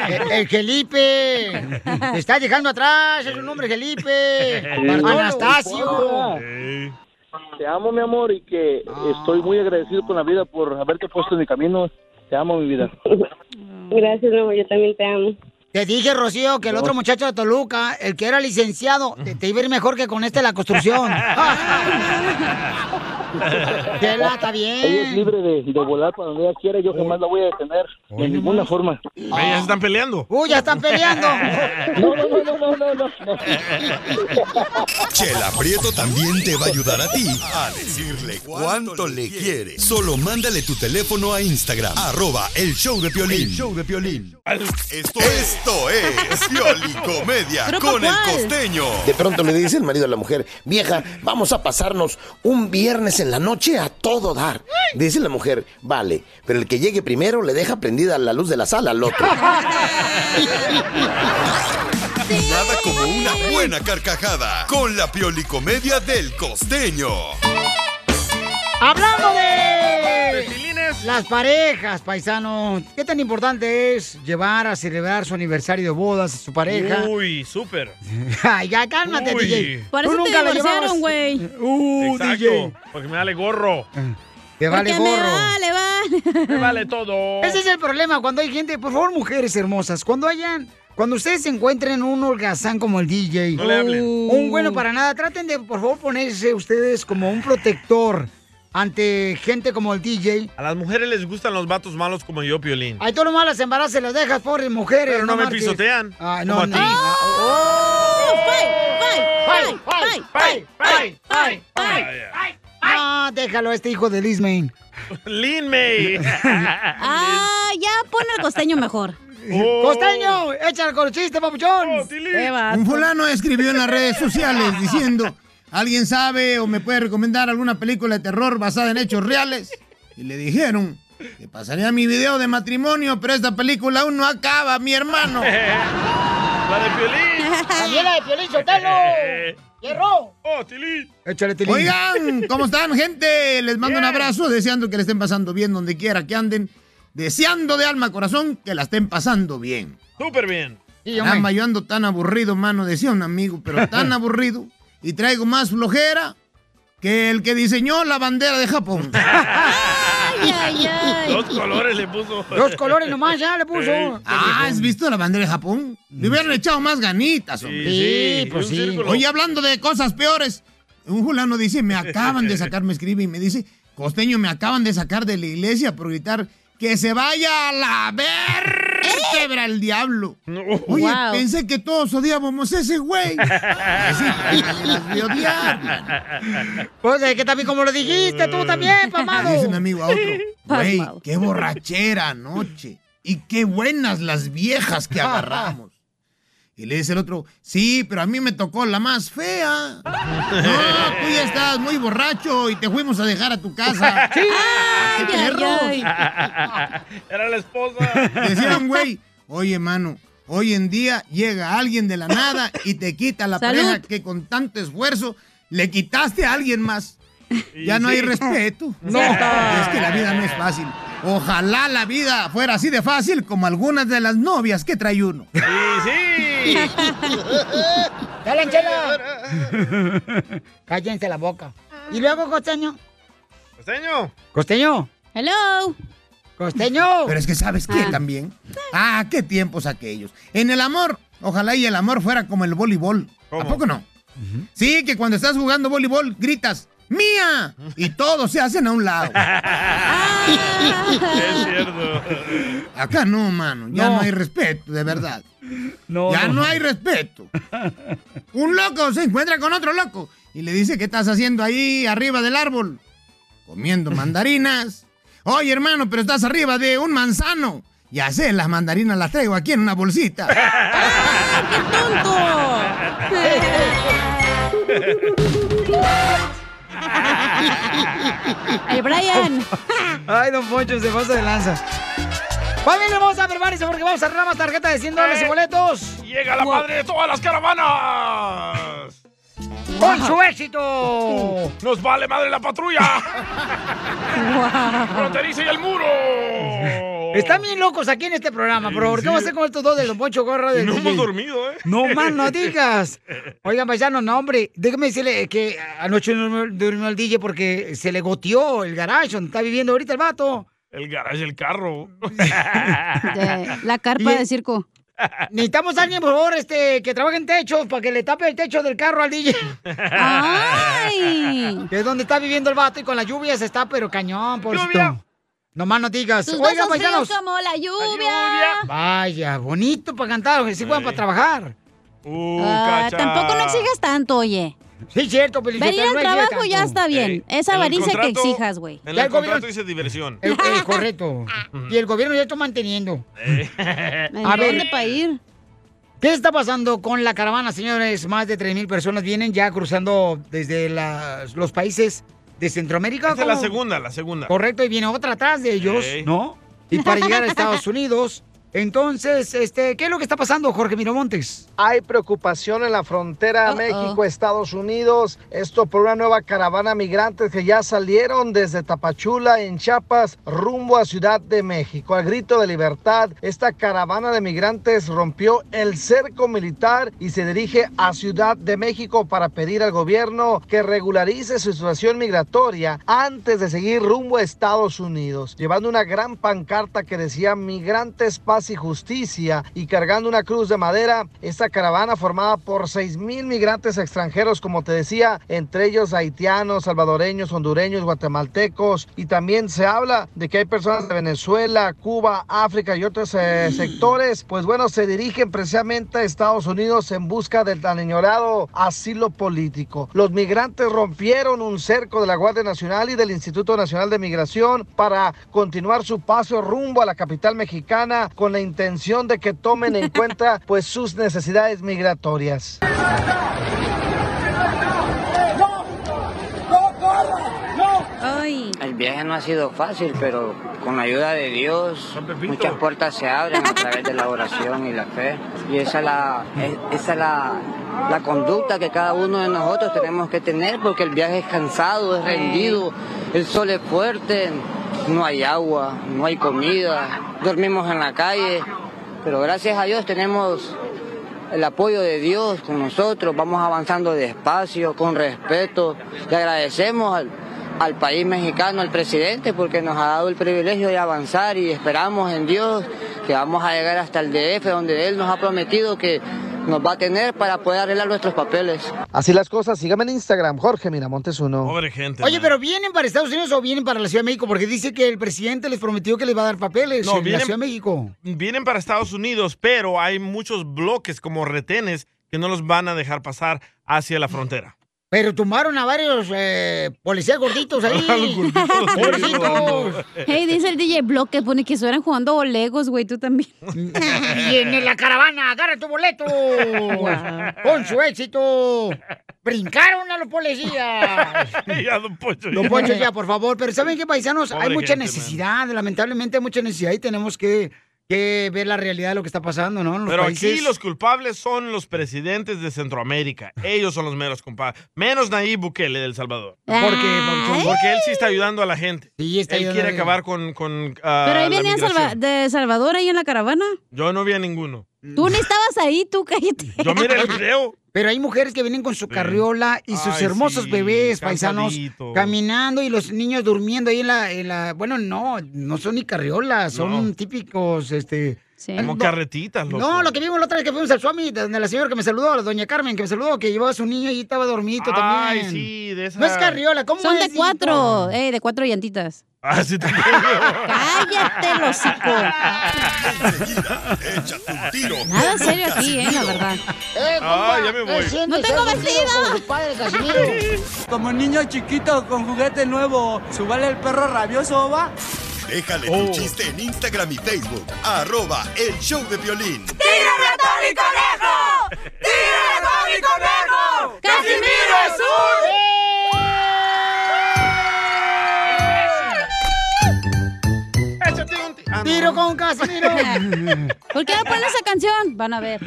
S1: El, el Felipe. Te está dejando atrás, es un hombre Felipe.
S12: Bartolo.
S13: Ah.
S1: Anastasio.
S12: Te amo, mi amor, y que estoy muy agradecido con la vida por haberte puesto en mi camino. Te amo, mi vida.
S2: Gracias, luego yo también te amo.
S1: Te dije, Rocío, que el otro muchacho de Toluca, el que era licenciado, te, te iba a ir mejor que con este de la construcción.
S2: [LAUGHS]
S1: Tela, está
S12: Ella es
S1: bien.
S12: libre de, de volar para donde ella quiera, yo jamás la voy a detener, de ninguna forma.
S13: pues. ya se están peleando.
S1: [LAUGHS] ¡Uy, ya están peleando!
S12: No, no, no, no, no, no, no.
S6: [LAUGHS] Chela Prieto también te va a ayudar a ti a decirle cuánto le quiere. Solo mándale tu teléfono a Instagram, arroba el show de Piolín.
S9: El
S6: show de Piolín. Esto, Esto es Piolicomedia
S15: ¿Pero
S6: con el
S15: cuál?
S6: costeño.
S15: De pronto le dice el marido a la mujer, vieja, vamos a pasarnos un viernes en la noche a todo dar. Dice la mujer, vale, pero el que llegue primero le deja prendida la luz de la sala al
S1: [LAUGHS]
S15: otro.
S6: Nada como una buena carcajada con la Piolicomedia del costeño.
S1: Hablando de las parejas, paisano, ¿qué tan importante es llevar a celebrar su aniversario de bodas a su pareja?
S13: Uy, súper.
S1: [LAUGHS] Ay, ya cálmate,
S13: Uy.
S1: DJ.
S13: Por
S1: Tú
S13: eso te
S1: nunca lo
S13: divorciaron,
S1: llevabas.
S3: güey.
S1: Uh,
S13: Exacto.
S1: DJ.
S13: Porque me vale gorro.
S1: Te vale
S3: Porque me
S1: gorro.
S3: vale, vale.
S13: Me vale
S1: [LAUGHS]
S13: todo.
S1: Ese es el problema cuando hay gente, por favor, mujeres hermosas, cuando hayan, cuando ustedes encuentren un holgazán como el DJ,
S13: No le hablen.
S1: un bueno para nada, traten de, por favor, ponerse ustedes como un protector ante gente como el DJ.
S13: A las mujeres les gustan los vatos malos como yo, Piolín.
S1: Ay, tú nomás las embarazas, las dejas, pobres mujeres.
S13: Pero no me
S1: marches.
S13: pisotean,
S1: Ay, no,
S13: como a
S1: no.
S13: ti.
S1: ¡Ay, ay, ay, ay, ay, ay, ay! Ah, déjalo a este hijo de Liz Main.
S13: [LAUGHS] Lin
S1: [LAUGHS]
S13: May.
S3: Ah, ya pon el costeño
S13: [LAUGHS]
S3: mejor.
S13: Oh.
S1: ¡Costeño! ¡Échale con el chiste, papuchón!
S3: Qué vato.
S16: Un fulano escribió en las redes sociales diciendo, ¿alguien sabe o me puede recomendar alguna película de terror basada en hechos reales? Y le dijeron, te pasaría mi video de matrimonio, pero esta película aún no acaba, mi hermano.
S13: [LAUGHS] La de Piolín.
S1: También la de Piolín
S13: [LAUGHS]
S1: Sotelo. ¡Hierro!
S13: ¡Oh, Tilín!
S1: Échale, Tilín.
S16: Oigan, ¿cómo están, gente? Les mando un abrazo, deseando que le estén pasando bien donde quiera que anden. Deseando de alma a corazón que la estén pasando bien.
S13: Súper bien.
S16: Caramba, yo ando tan aburrido, mano, decía un amigo, pero
S13: [LAUGHS]
S16: tan aburrido. Y traigo más flojera que el que diseñó la bandera de Japón.
S13: Dos colores le puso.
S16: Dos colores
S1: nomás, ya le puso.
S16: Ah, ¿has visto la bandera de Japón? Le hubieran echado más ganitas, hombre.
S1: Sí, sí, pues Un sí. círculo.
S16: Oye, hablando de cosas peores, un fulano dice, me acaban de sacar, me escribe y me dice, costeño, me acaban de sacar de la iglesia por gritar que se vaya a la
S1: ¿Eh?
S16: vértebra el diablo. Oye,
S10: Wow.
S16: pensé que todos odiábamos a ese
S1: [LAUGHS]
S16: güey. Las de odiar.
S1: Pues es que también como lo dijiste, tú
S16: [LAUGHS]
S1: también,
S16: Le
S1: pamado.
S16: Dice un amigo a
S1: [LAUGHS]
S16: otro, güey, qué borrachera anoche. Y qué buenas las viejas que agarramos. Y le dice el otro, sí, pero a mí me tocó la más fea. No, tú ya estás muy borracho y te fuimos a dejar a tu casa.
S10: Sí.
S16: ¡Ah, qué perros!
S13: Era la esposa.
S16: Decía un güey, oye, mano, hoy en día llega alguien de la nada y te quita la
S10: Salud.
S16: pareja que con tanto esfuerzo le quitaste a alguien más. Ya no hay
S10: sí.
S16: respeto.
S10: No.
S16: Es que la vida no es fácil. Ojalá la vida fuera así de fácil como algunas de las novias que trae uno.
S13: Sí,
S1: [LAUGHS] ¡Dale, Chela!
S13: [LAUGHS]
S1: Cállense la boca. ¿Y luego, Costeño?
S13: ¡Costeño!
S1: [LAUGHS] ¡Costeño!
S3: ¡Hello!
S1: ¡Costeño!
S16: Pero es que ¿sabes qué también? Ah, qué tiempos aquellos. En el amor, ojalá y el amor fuera como el voleibol. ¿A poco no? Sí, que cuando estás jugando voleibol gritas, ¡Mía! Y todos se hacen a un lado.
S10: Es
S13: cierto.
S16: Acá no, mano. Ya
S10: No.
S16: no, hay respeto, de verdad.
S1: No.
S16: Ya no hay respeto. Un loco se encuentra con otro loco y le dice, ¿qué estás haciendo ahí arriba del árbol? Comiendo mandarinas. [LAUGHS] Oye, hermano, pero estás arriba de un manzano. Ya sé, las mandarinas las traigo aquí en una bolsita.
S3: El
S1: [LAUGHS]
S3: Brian.
S1: Ay, don Poncho, se pasa de lanza. Familia hermosa, prepárense porque vamos a arreglar más tarjetas de 100
S13: Eh.
S1: dólares y boletos.
S13: Llega la madre de todas las caravanas.
S1: ¡Con su
S13: [LAUGHS]
S1: éxito!
S13: Nos vale madre la patrulla. Fronteriza y el muro.
S1: Están bien locos aquí en este programa, por favor. ¿Qué vamos a hacer con estos dos de Don Poncho Gorra? De
S13: No hemos dormido, ¿eh?
S1: No más no
S13: [LAUGHS]
S1: digas. Oigan, paisano, no, hombre. Déjame decirle que anoche no durmió- durmió el DJ porque se le goteó el garage donde está viviendo ahorita el vato.
S13: El garage, el carro.
S3: La carpa
S1: Y-
S3: de circo.
S1: Necesitamos a alguien, por favor, este, que trabaje en techos para que le tape el techo del carro al DJ. Ah.
S3: ¡Ay!
S1: Que es donde está viviendo el vato y con la lluvia se está, pero cañón, por
S3: Lluvia.
S1: No más no digas.
S3: Tus
S1: Oigan,
S3: besos
S1: paisanos.
S3: fríos como la lluvia.
S1: Vaya, bonito para cantar, que sí puedan para trabajar.
S13: Uh,
S3: Ah, tampoco no exijas tanto, oye.
S1: Sí, cierto, pero
S3: Venir al trabajo ya está bien.
S13: Ey,
S3: Esa
S13: en el
S3: avaricia que
S13: contrato-
S3: exijas, güey.
S13: En
S1: Ya
S13: el
S1: el gobierno-
S13: contrato dice diversión.
S1: Eh, eh, correcto. Y el gobierno ya está manteniendo.
S13: Eh, A
S1: para ir? ¿Qué está pasando con la caravana, señores? Más de 3.000 personas vienen ya cruzando desde las- los países de Centroamérica.
S13: Esta es la
S1: ¿cómo?
S13: segunda, la segunda.
S1: Correcto, y viene otra atrás de ellos,
S13: Ey. [LAUGHS]
S1: ¿no? Y para llegar a Estados Unidos, Entonces, este, ¿qué es lo que está pasando, Jorge Miramontes?
S4: Hay preocupación en la frontera
S1: Oh,
S4: México-Estados Unidos. Esto por una nueva caravana de migrantes que ya salieron desde Tapachula, en Chiapas, rumbo a Ciudad de México. Al grito de libertad, esta caravana de migrantes rompió el cerco militar y se dirige a Ciudad de México para pedir al gobierno que regularice su situación migratoria antes de seguir rumbo a Estados Unidos, llevando una gran pancarta que decía migrantes paz y justicia y cargando una cruz de madera. Esta caravana formada por 6 mil migrantes extranjeros, como te decía, entre ellos haitianos, salvadoreños, hondureños, guatemaltecos y también se habla de que hay personas de Venezuela, Cuba, África y otros eh, sectores. Pues bueno, se dirigen precisamente a Estados Unidos en busca del tan ignorado asilo político. Los migrantes rompieron un cerco de la Guardia Nacional y del Instituto Nacional de Migración para continuar su paso rumbo a la capital mexicana con la intención de que tomen en cuenta pues sus necesidades migratorias.
S18: El viaje no ha sido fácil, pero con la ayuda de Dios muchas puertas se abren a través de la oración y la fe. Y esa es la, es- esa es la, la conducta que cada uno de nosotros tenemos que tener, porque el viaje es cansado, es rendido, el sol es fuerte, no hay agua, no hay comida, dormimos en la calle, pero gracias a Dios tenemos el apoyo de Dios con nosotros, vamos avanzando despacio, con respeto, le agradecemos al, al país mexicano, al presidente, porque nos ha dado el privilegio de avanzar y esperamos en Dios que vamos a llegar hasta el DF, donde Él nos ha prometido que nos va a tener para poder arreglar nuestros papeles.
S4: Así las cosas, síganme en Instagram, Jorge Miramontes uno.
S1: Oye, pero ¿vienen para Estados Unidos o vienen para la Ciudad de México? Porque dice que el presidente les prometió que les va a dar papeles
S13: No,
S1: en
S13: vienen-
S1: la Ciudad de México.
S13: Vienen para Estados Unidos, pero hay muchos bloques como retenes que no los van a dejar pasar hacia
S1: [LAUGHS]
S13: la frontera. [LAUGHS]
S1: Pero tumbaron a varios eh, policías gorditos
S13: [LAUGHS]
S1: ahí. Gorditos.
S3: Hey, dice el DJ Block que pone que estuvieran jugando Legos, güey, tú
S1: [LAUGHS]
S3: también.
S1: Viene la caravana, agarra tu
S13: [LAUGHS]
S1: boleto. Con su éxito. Brincaron a los
S13: [LAUGHS]
S1: policías.
S13: ya, don Poncho.
S1: Don Poncho, ya, por favor. Pero ¿saben qué, paisanos? hay
S13: Pobre
S1: mucha
S13: gente,
S1: necesidad, lamentablemente hay mucha necesidad y tenemos que, que ver la realidad de lo que está pasando, ¿no? En los
S13: Pero
S1: países.
S13: aquí los culpables son los presidentes de Centroamérica. Ellos son los meros culpables. Menos Nayib Bukele del Salvador.
S1: ¿Por qué, Papuchón?
S13: Porque él sí está ayudando a la gente.
S1: está
S13: él
S1: ayudando
S13: quiere
S1: a la
S13: acabar con, con ah,
S3: Pero ahí
S13: la
S3: venían
S13: migración.
S3: Salva- de Salvador ahí en la caravana.
S13: Yo no vi a ninguno.
S3: Tú ni estabas ahí, tú cállate.
S13: Yo miré el video.
S1: Pero hay mujeres que vienen con su carriola y sus
S13: Ay,
S1: hermosos
S13: sí,
S1: bebés, paisanos,
S13: cansaditos.
S1: caminando y los niños durmiendo ahí en la, en la- Bueno, no, no son ni carriolas, son típicos, este...
S13: Como
S1: no-
S13: carretitas, loco.
S1: No, lo que vimos la otra vez que fuimos al Swami, donde la señora que me saludó, la doña Carmen, que me saludó, que llevaba a su niño y estaba dormidito
S13: Ay,
S1: también.
S13: sí, de esa.
S3: Pues
S1: No es carriola, ¿cómo
S3: Son
S1: es?
S3: de cuatro, eh, de cuatro llantitas.
S13: Ah, sí, también.
S3: Cállate, los
S6: Échate un tiro.
S3: Nada serio aquí, eh, la verdad.
S1: ¡Eh,
S6: compa! Ah, ya me voy.
S3: ¡No tengo
S1: vestido!
S9: [LAUGHS] Como niño chiquito con juguete nuevo, subale el perro rabioso, va.
S6: Déjale tu chiste en Instagram y Facebook. Arroba el show de violín.
S9: ¡Tírame a Tony Conejo! ¡Tírame a Tony Conejo!
S6: ¡Casimiro es un- ¡Eh!
S13: Ah,
S1: ¡Tiro con
S13: [LAUGHS]
S1: Casimiro!
S3: ¿Por qué no ponen esa canción? Van a
S1: [LAUGHS]
S3: ver.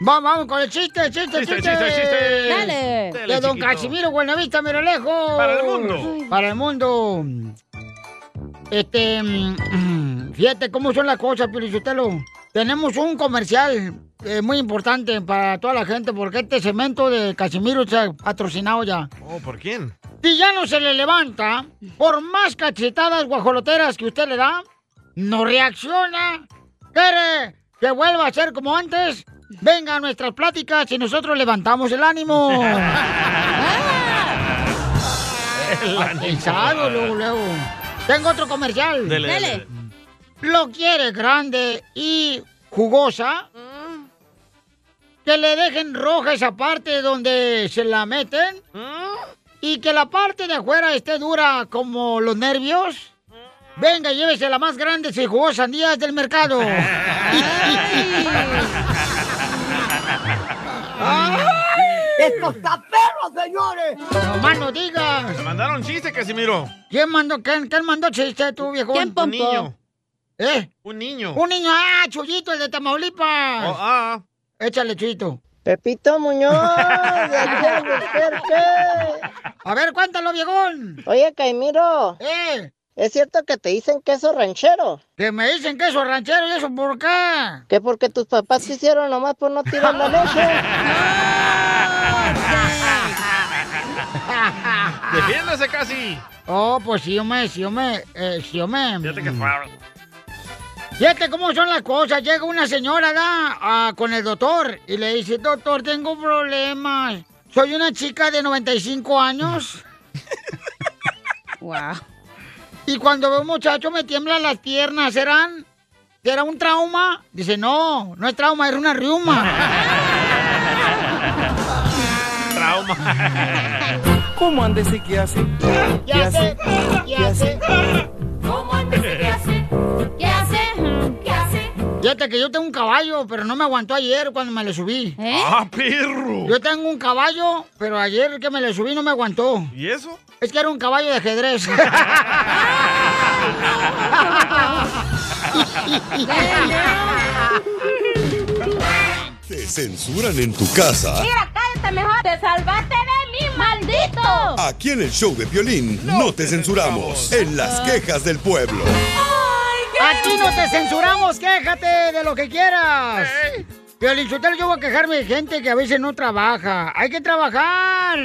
S1: Vamos, vamos con el chiste, el chiste, el
S3: Chiste,
S1: chiste.
S3: chiste, chiste. Dale.
S1: De
S3: Dale,
S1: don
S3: chiquito.
S1: Casimiro Buenavista, mira lejos.
S3: Para el mundo.
S1: Para el mundo. Este, mm, fíjate cómo son las cosas, Pirisotelo. Tenemos un comercial eh, muy importante para toda la gente, porque este cemento de Casimiro está patrocinado ya.
S13: Oh, ¿por quién?
S1: Si ya no se le levanta, por más cachetadas guajoloteras que usted le da, no reacciona. ¿Quiere que vuelva a ser como antes? Venga a nuestras pláticas y nosotros levantamos el ánimo.
S6: [LAUGHS]
S1: Pensado, luego, luego. Tengo otro comercial.
S6: Dele, dele, Dele.
S1: Lo quiere grande y jugosa. Que le dejen roja esa parte donde se la meten. Y que la parte de afuera esté dura como los nervios. Venga, llévese la más grande y jugosa sandías
S10: [LAUGHS]
S1: del mercado.
S6: ¡Esto
S1: está perro, señores! ¡No más no digas!
S13: Te mandaron chiste, Casimiro.
S1: ¿Quién mandó, quién, quién mandó chiste tú, viejo?
S13: ¿Quién, Pompo? Un niño.
S1: ¿Eh?
S13: Un niño.
S1: Un niño. Ah, Chuyito, el de Tamaulipas.
S13: ah.
S1: Échale, Chuyito.
S8: Pepito
S1: [LAUGHS]
S8: Muñoz, de aquí a Albuquerque.
S1: A ver, cuéntalo, viejón.
S8: Oye, Caimiro.
S1: ¿Eh?
S8: ¿Es cierto que te dicen queso ranchero?
S1: Que me dicen queso ranchero y eso por qué.
S8: Que porque tus papás te hicieron nomás por no
S1: [LAUGHS]
S8: tirar la leche.
S1: [LAUGHS]
S13: Defiéndase casi.
S1: Oh, pues sí, hombre, sí, hombre, eh, sí, hombre.
S13: Fíjate que fue-
S1: Fíjate cómo son las cosas. Llega una señora da, ah, con el doctor y le dice, doctor, tengo problemas. Soy una chica de 95 años. wow. Y cuando veo un muchacho me tiemblan las piernas. ¿Serán? ¿Será un trauma? Dice, no, no es trauma, es una riuma.
S13: [LAUGHS] Trauma.
S9: ¿Cómo andes y qué hace?
S1: ¿Qué hace? ¿Qué hace?
S9: ¿Cómo andes y qué hace?
S1: ¿Qué hace? ¿Qué hace? Fíjate que yo tengo un caballo, pero no me aguantó ayer cuando me le subí.
S13: ¡Ah, perro!
S1: Yo tengo un caballo, pero ayer que me le subí no me aguantó.
S13: ¿Y eso?
S1: Es que era un caballo de
S13: [LAUGHS]
S1: ajedrez.
S6: Te censuran en tu casa.
S11: cállate mejor. Te salvaste de mí, maldito.
S6: Aquí en el show de violín no, Ah. te censuramos. En las quejas del pueblo.
S1: Aquí no te censuramos, quéjate de lo que quieras. Violín Sotelo, yo voy a quejarme de gente que a veces no trabaja. Hay que trabajar.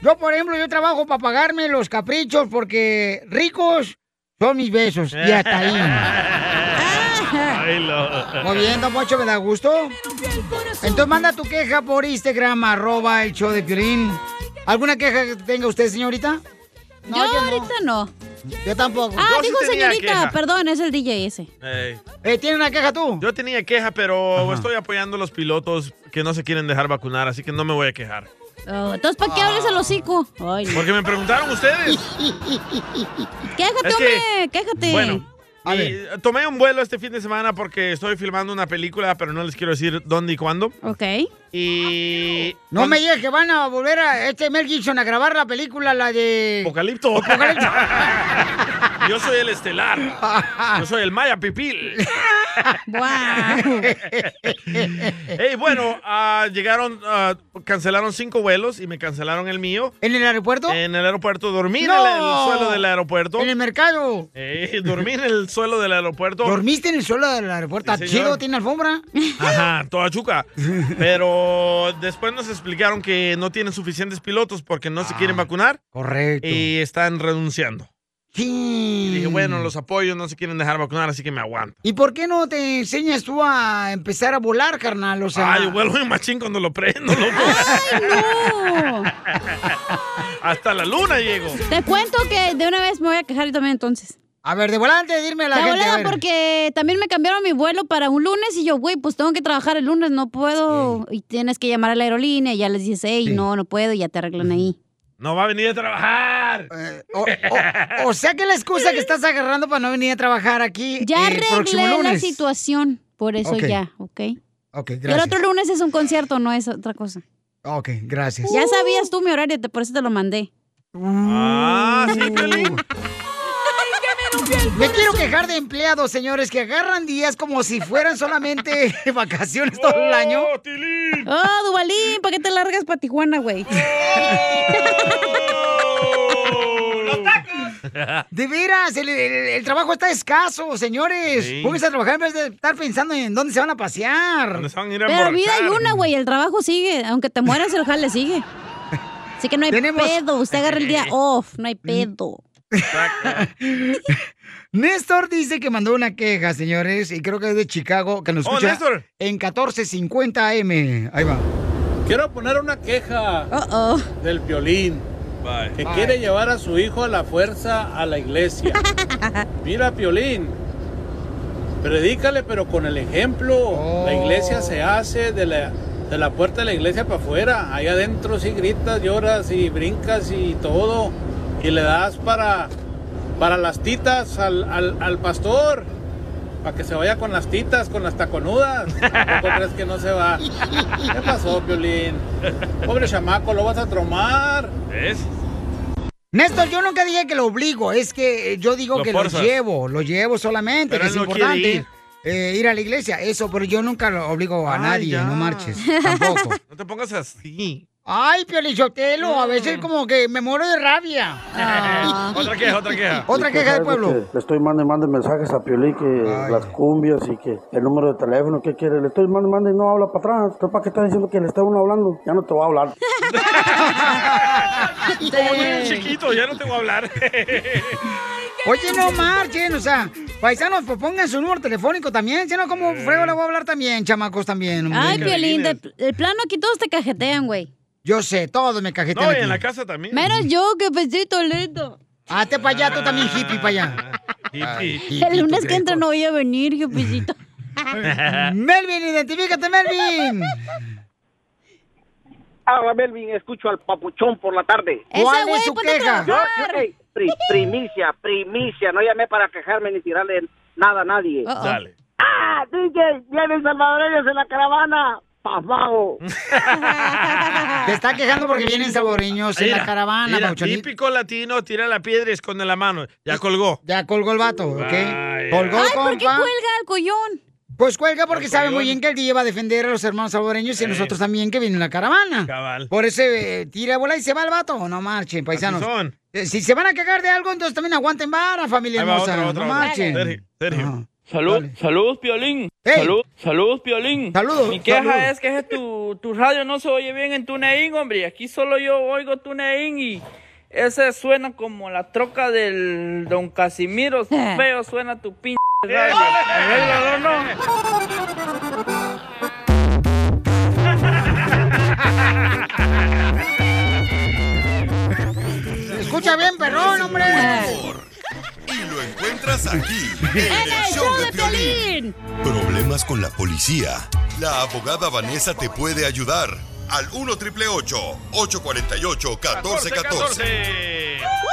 S1: Yo, por ejemplo, yo trabajo para pagarme los caprichos porque ricos son mis besos. Y hasta
S13: [LAUGHS]
S1: ahí.
S9: Ay,
S1: Muy bien, don Pocho, me da gusto. Entonces manda tu queja por Instagram, arroba el show de Piolín. ¿Alguna queja que tenga usted, señorita?
S3: yo, ahorita no.
S1: Yo tampoco.
S3: Ah,
S1: Yo sí
S3: digo
S1: tenía
S3: señorita,
S13: queja.
S3: perdón, es el DJ ese.
S1: ¿Tienes Eh, una queja tú?
S13: Yo tenía queja, pero estoy apoyando a los pilotos que no se quieren dejar vacunar, así que no me voy a quejar.
S3: Oh, Entonces, ¿para qué abres el hocico? Ay, no.
S13: Porque me preguntaron ustedes.
S1: [LAUGHS]
S3: Quéjate,
S13: Es que-
S3: hombre,
S1: Este,
S3: quéjate.
S13: Bueno, y tomé un vuelo este fin de semana porque estoy filmando una película, pero no les quiero decir dónde y cuándo.
S3: Ok.
S13: Y...
S1: No me digas que van a volver a este Mel Gibson a grabar la película, la de...
S13: Apocalipto.
S1: Apocalipto.
S13: [LAUGHS] Yo soy el estelar. Yo soy el Maya Pipil. Ey, bueno, ah, llegaron, ah, cancelaron cinco vuelos y me cancelaron el mío.
S1: ¿En el aeropuerto?
S13: En el aeropuerto. Dormí
S1: ¡No!
S13: en el, el suelo del aeropuerto.
S1: En el mercado.
S13: Ey, dormí en el suelo del aeropuerto.
S1: ¿Dormiste en el suelo del aeropuerto?
S13: Sí, señor.
S1: Chido, tiene alfombra.
S13: Ajá, toda chuca. Pero después nos explicaron que no tienen suficientes pilotos porque no se quieren vacunar.
S1: Ah, Correcto.
S13: Y están renunciando.
S1: Sí.
S13: Y dije, bueno, los apoyos no se quieren dejar vacunar, así que me aguanto.
S1: ¿Y por qué no te enseñas tú a empezar a volar, carnal? O sea...
S13: Ay, vuelvo en machín cuando lo
S1: [LAUGHS]
S13: prendo, loco.
S3: No.
S13: Hasta la luna llego.
S3: Te cuento que de una vez me voy a quejar yo también entonces.
S1: A ver, de volada antes de irme a la
S3: de
S1: gente,
S3: volada,
S1: a ver.
S3: porque también me cambiaron mi vuelo para un lunes y yo, güey, pues tengo que trabajar el lunes, no puedo. Y tienes que llamar a la aerolínea y ya les dices, hey, no, no puedo, y ya te arreglan ahí.
S13: No va a venir a trabajar.
S1: Eh, oh, O, o sea que la excusa que estás agarrando para no venir a trabajar aquí eh,
S3: Ya
S1: el próximo
S3: arreglé la
S1: lunes.
S3: situación, por eso
S1: Ok.
S3: ya, ¿ok?
S1: Ok,
S3: Y el
S1: gracias.
S3: otro lunes es un concierto, no es otra cosa.
S1: Ok, gracias.
S3: Ya sabías tú mi horario, te- por eso te lo mandé.
S13: Ah, sí, Piolín.
S1: Mm. Me quiero quejar de empleados, señores, que agarran días como si fueran solamente [LAUGHS] vacaciones todo el año.
S3: Oh, Dubalín, ¿para qué te largas para Tijuana, güey?
S1: De veras, el, el- el trabajo está escaso, señores.
S13: Sí.
S1: Pónganse a trabajar en vez de estar pensando en dónde se van a pasear.
S13: ¿Dónde [LAUGHS] se van a ir a
S3: Pero vida hay
S13: emborrachar?
S3: una, güey, el trabajo sigue. Aunque te mueras, el jale sigue. Así que no hay pedo. Usted agarra el día off, no hay pedo.
S1: [LAUGHS] Néstor dice que mandó una queja, señores, y creo que es de Chicago, que nos
S9: Oh,
S1: escucha
S9: Néstor.
S1: en 1450 AM. Ahí va.
S9: Quiero poner una queja del violín que
S1: Bye.
S9: quiere llevar a su hijo a la fuerza a la iglesia. Mira, violín, predícale, pero con el ejemplo. La iglesia se hace de la, de la puerta de la iglesia para afuera. Ahí adentro sí gritas, lloras y brincas y todo. Y le das para, para las titas al, al- al pastor. Para que se vaya con las titas, con las taconudas. ¿Tampoco crees que no se va? ¿Qué pasó, Piolín? Pobre chamaco, lo vas a tromar.
S13: ¿Ves?
S1: Néstor, yo nunca dije que lo obligo, es que eh, yo digo
S13: Lo
S1: que
S13: forzas.
S1: lo llevo, lo llevo solamente,
S13: Pero
S1: que
S13: él
S1: es
S13: no quiere
S1: importante
S13: ir.
S1: eh, ir a la iglesia, eso, pero yo nunca lo obligo a
S13: Ay,
S1: nadie,
S13: ya.
S1: no
S13: [LAUGHS]
S1: marches, tampoco.
S13: No te pongas así.
S1: Ay, Piolichotelo, a veces como que me muero de rabia.
S10: Ah.
S1: [LAUGHS]
S13: otra queja, otra queja.
S1: Otra queja del
S14: ¿Sabes
S1: pueblo.
S14: que Le estoy mandando y mandando mensajes a Piolín que las cumbias y que el número de teléfono que quiere. Le estoy mandando y mandando y no habla para atrás. ¿Tú para qué estás diciendo que le está uno hablando? Ya no te voy a hablar.
S13: Como niño chiquito, ya no te voy a hablar.
S1: Oye, no marchen, o sea, paisanos, pues pongan su número telefónico también, si no, como frego le voy a hablar también, chamacos también. Mm, hombre.
S3: Ay, Piolín, de- el plano aquí todos te cajetean, güey.
S1: Yo sé, todos me cajetean
S13: No, y en
S1: aquí.
S13: la casa también.
S3: Menos yo, que pesito lento.
S1: Hazte para allá, tú también hippie para allá.
S13: Hippie.
S3: El lunes que entra no voy a venir,
S1: [LAUGHS]
S3: que pesito.
S1: Melvin, identifícate, Melvin.
S19: Ahora, Melvin, escucho al papuchón por la tarde.
S1: Ese ¿Cuál es güey, pues, su ponte a queja?
S19: Yo,
S1: trabajar.
S19: yo- ey, pri- primicia, primicia. No llamé para quejarme ni tirarle nada a nadie.
S20: Uh-oh. Dale.
S19: ¡Ah, DJ! ¡Vienen salvadoreños en la caravana! ¡Pasmago!
S1: Te está quejando porque vienen saboreños en
S13: Mira,
S1: la caravana,
S13: mira,
S1: Pauchonito.
S13: Típico latino, tira la piedra y esconde la mano. Ya colgó.
S1: Ya colgó el vato, ¿ok?
S13: Vaya.
S1: Colgó,
S13: Ay,
S3: ¿por qué
S1: compa.
S3: cuelga el collón?
S1: Pues cuelga porque
S13: El
S1: sabe
S13: collón.
S1: muy bien que el día va a defender a los hermanos salvadoreños y a
S13: Sí.
S1: nosotros también que viene la caravana.
S13: Cabal.
S1: Por eso eh, tira bola y se va el vato. No marchen, paisanos.
S13: Así son.
S1: Eh, Si se van a cagar de algo, entonces también aguanten vara, familia
S13: Ahí va
S1: hermosa.
S13: otra, otra,
S1: no
S13: otra.
S1: marchen.
S13: Sergio, Sergio.
S24: Salud, salud, Piolín. Salud, salud, Piolín.
S1: Saludos.
S24: Mi queja
S1: salud.
S24: es que ese tu, tu radio no se oye bien en TuneIn, hombre. Aquí solo yo oigo TuneIn y ese suena como la troca del Don Casimiro.
S1: Eh.
S24: Feo suena tu pinche
S13: Eh. [LAUGHS]
S24: radio. Arréglalo, no.
S1: Escucha bien, perrón, hombre.
S6: Lo encuentras aquí, en el show de Piolín. Problemas con la policía. La abogada Vanessa te puede ayudar. Al 1 triple 848 1414.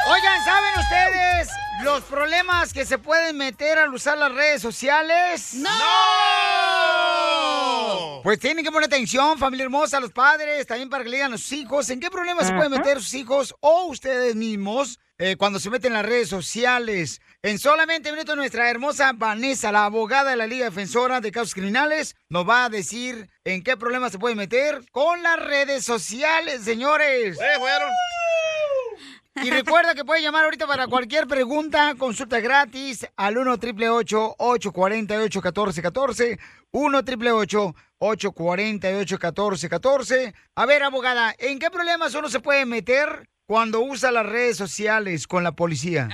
S1: Oigan, ¿saben ustedes los problemas que se pueden meter al usar las redes sociales? ¡No! Pues tienen que poner atención, familia hermosa, los padres, también para que le digan a sus hijos en qué problemas se pueden meter sus hijos o ustedes mismos eh, cuando se meten en las redes sociales. En solamente minutos nuestra hermosa Vanessa, la abogada de la Liga Defensora de Casos Criminales, nos va a decir en qué problemas se pueden meter con las redes sociales, señores. Y recuerda que puedes llamar ahorita para cualquier pregunta, consulta gratis al 1 888 848 1414 1 888 848 1414 A ver, abogada, ¿en qué problemas uno se puede meter cuando usa las redes sociales con la policía?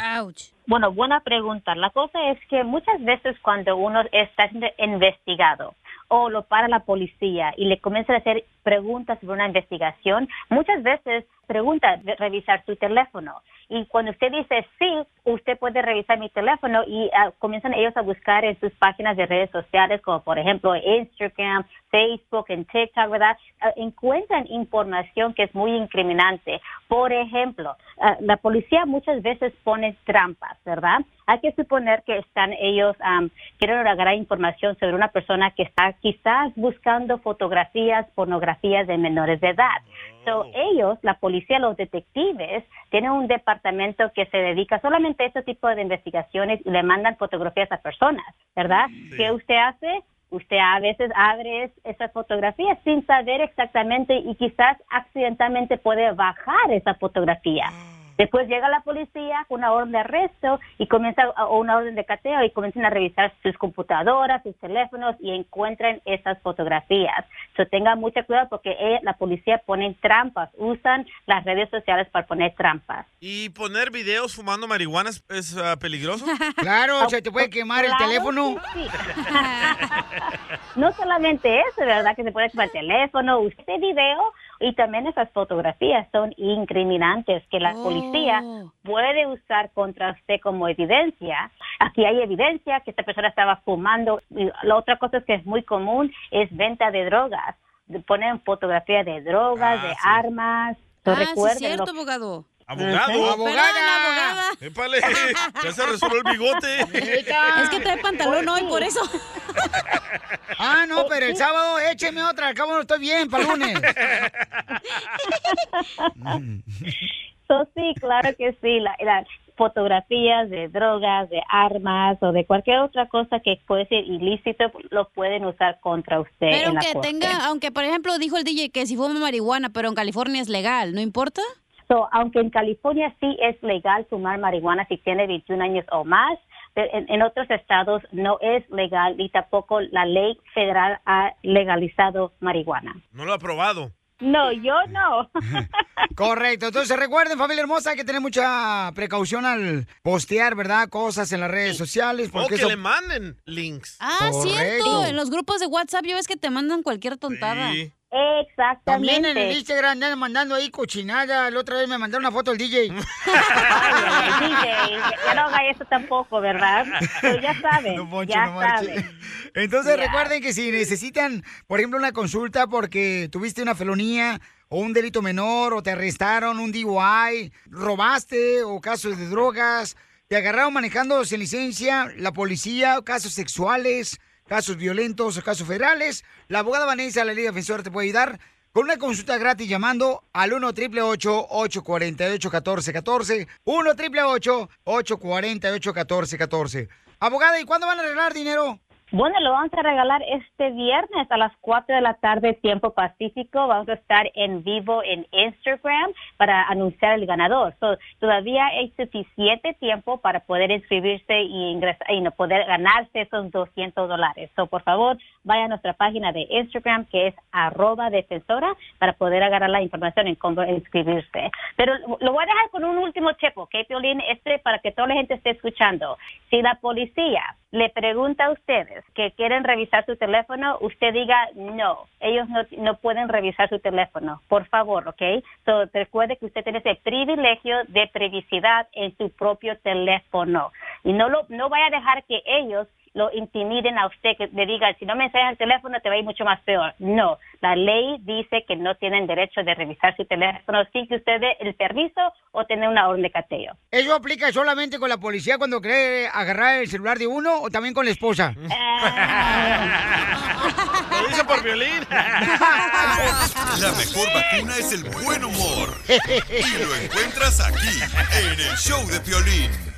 S25: Bueno, buena pregunta. La cosa es que muchas veces cuando uno está siendo investigado o lo para la policía y le comienza a hacer preguntas sobre una investigación, muchas veces pregunta de revisar tu teléfono. Y cuando usted dice sí, usted puede revisar mi teléfono y ah, comienzan ellos a buscar en sus páginas de redes sociales, como por ejemplo Instagram, Facebook, en TikTok, ¿verdad? Ah, encuentran información que es muy incriminante. Por ejemplo, ah, la policía muchas veces pone trampas, ¿verdad? Hay que suponer que están ellos, am, quieren agarrar información sobre una persona que está quizás buscando fotografías, pornografías de menores de edad. So, ellos, la policía, los detectives, tienen un departamento que se dedica solamente a este tipo de investigaciones y le mandan fotografías a personas, ¿verdad? ¿Qué usted hace? Usted a veces abre es- esas fotografías sin saber exactamente y quizás accidentalmente puede bajar esa fotografía. Después llega la policía con una orden de arresto y comienza o una orden de cateo y comienzan a revisar sus computadoras, sus teléfonos y encuentran esas fotografías. So tengan mucha cuidado porque eh, la policía pone trampas, usan las redes sociales para poner trampas.
S13: ¿Y poner videos fumando marihuana es, es, ah, peligroso?
S1: [LAUGHS] Claro, se te puede quemar el
S25: Claro
S1: teléfono.
S25: que sí. no solamente eso, ¿verdad? Que se puede quemar el teléfono, usted video y también esas fotografías son incriminantes que la policía
S3: Oh.
S25: puede usar contra usted como evidencia. Aquí hay evidencia que esta persona estaba fumando. Y la otra cosa que es muy común es venta de drogas. Ponen fotografías de drogas, de armas.
S3: Ah, sí,
S25: Recuerden
S3: cierto, abogado.
S13: ¡Abogado!
S3: ¡Abogada! [LAUGHS]
S13: ¡Épale! Ya se resolvió el bigote.
S3: Es que trae pantalón hoy, por eso.
S1: Ah, no, pero el sábado écheme otra, al cabo no estoy bien para lunes.
S25: So, sí, claro que sí. La, la- fotografías de drogas, de armas o de cualquier otra cosa que puede ser ilícito, lo pueden usar contra usted.
S3: Pero
S25: en la
S3: aunque
S25: corte.
S3: tenga, aunque por ejemplo dijo el DJ que si fuma marihuana, pero en California es legal, ¿no importa?
S25: So, aunque en California sí es legal fumar marihuana si tiene 21 años o más, pero en, en otros estados no es legal y tampoco la ley federal ha legalizado marihuana.
S13: No lo ha probado.
S25: No, yo no.
S1: [LAUGHS] Correcto. Entonces recuerden, familia hermosa, que tener mucha precaución al postear, ¿verdad? Cosas en las redes sociales.
S13: O
S1: Porque
S13: Oh, que
S1: eso-
S13: le manden links.
S3: Ah,
S1: Correcto.
S3: cierto. En los grupos de WhatsApp ya ves que te mandan cualquier tontada.
S25: Exactamente.
S1: También en el Instagram andan mandando ahí cochinada. La otra vez me mandaron una foto del
S25: [LAUGHS]
S1: DJ.
S25: DJ, ya no haga eso tampoco, ¿verdad? Pero ya saben, ya saben.
S1: Entonces
S25: Ya.
S1: recuerden que si necesitan, por ejemplo, una consulta porque tuviste una felonía o un delito menor o te arrestaron, un DUI, robaste o casos de drogas, te agarraron manejando sin licencia, la policía, casos sexuales, casos violentos o casos federales, la abogada Vanessa de la Liga Defensora te puede ayudar con una consulta gratis llamando al 1 888 848 1414 1 888 848 1414 Abogada, ¿y cuándo van a arreglar dinero?
S25: Bueno, lo vamos a regalar este viernes a las 4 de la tarde, tiempo pacífico. Vamos a estar en vivo en Instagram para anunciar el ganador. So, todavía hay suficiente tiempo para poder inscribirse y, ingresar, y no poder ganarse esos 200 dólares. So, por favor, vaya a nuestra página de Instagram que es arroba defensora para poder agarrar la información en cómo inscribirse. Pero lo voy a dejar con un último chepo, ¿ok, Piolín? Este para que toda la gente esté escuchando. Si la policía le pregunta a ustedes que quieren revisar su teléfono, usted diga no, ellos no, no pueden revisar su teléfono, por favor, ¿ok? So, recuerde que usted tiene ese privilegio de privacidad en su propio teléfono y no lo no vaya a dejar que ellos lo intimiden a usted, que le digan, si no me enseñas el teléfono te va a ir mucho más peor. No, la ley dice que no tienen derecho de revisar su teléfono sin que usted dé el permiso o tener una orden de cateo.
S1: ¿Eso aplica solamente con la policía cuando cree agarrar el celular de uno o también con la esposa?
S13: Lo dice por violín. [LAUGHS]
S6: La mejor vacuna es el buen humor. Y lo encuentras aquí, en el show de Piolín.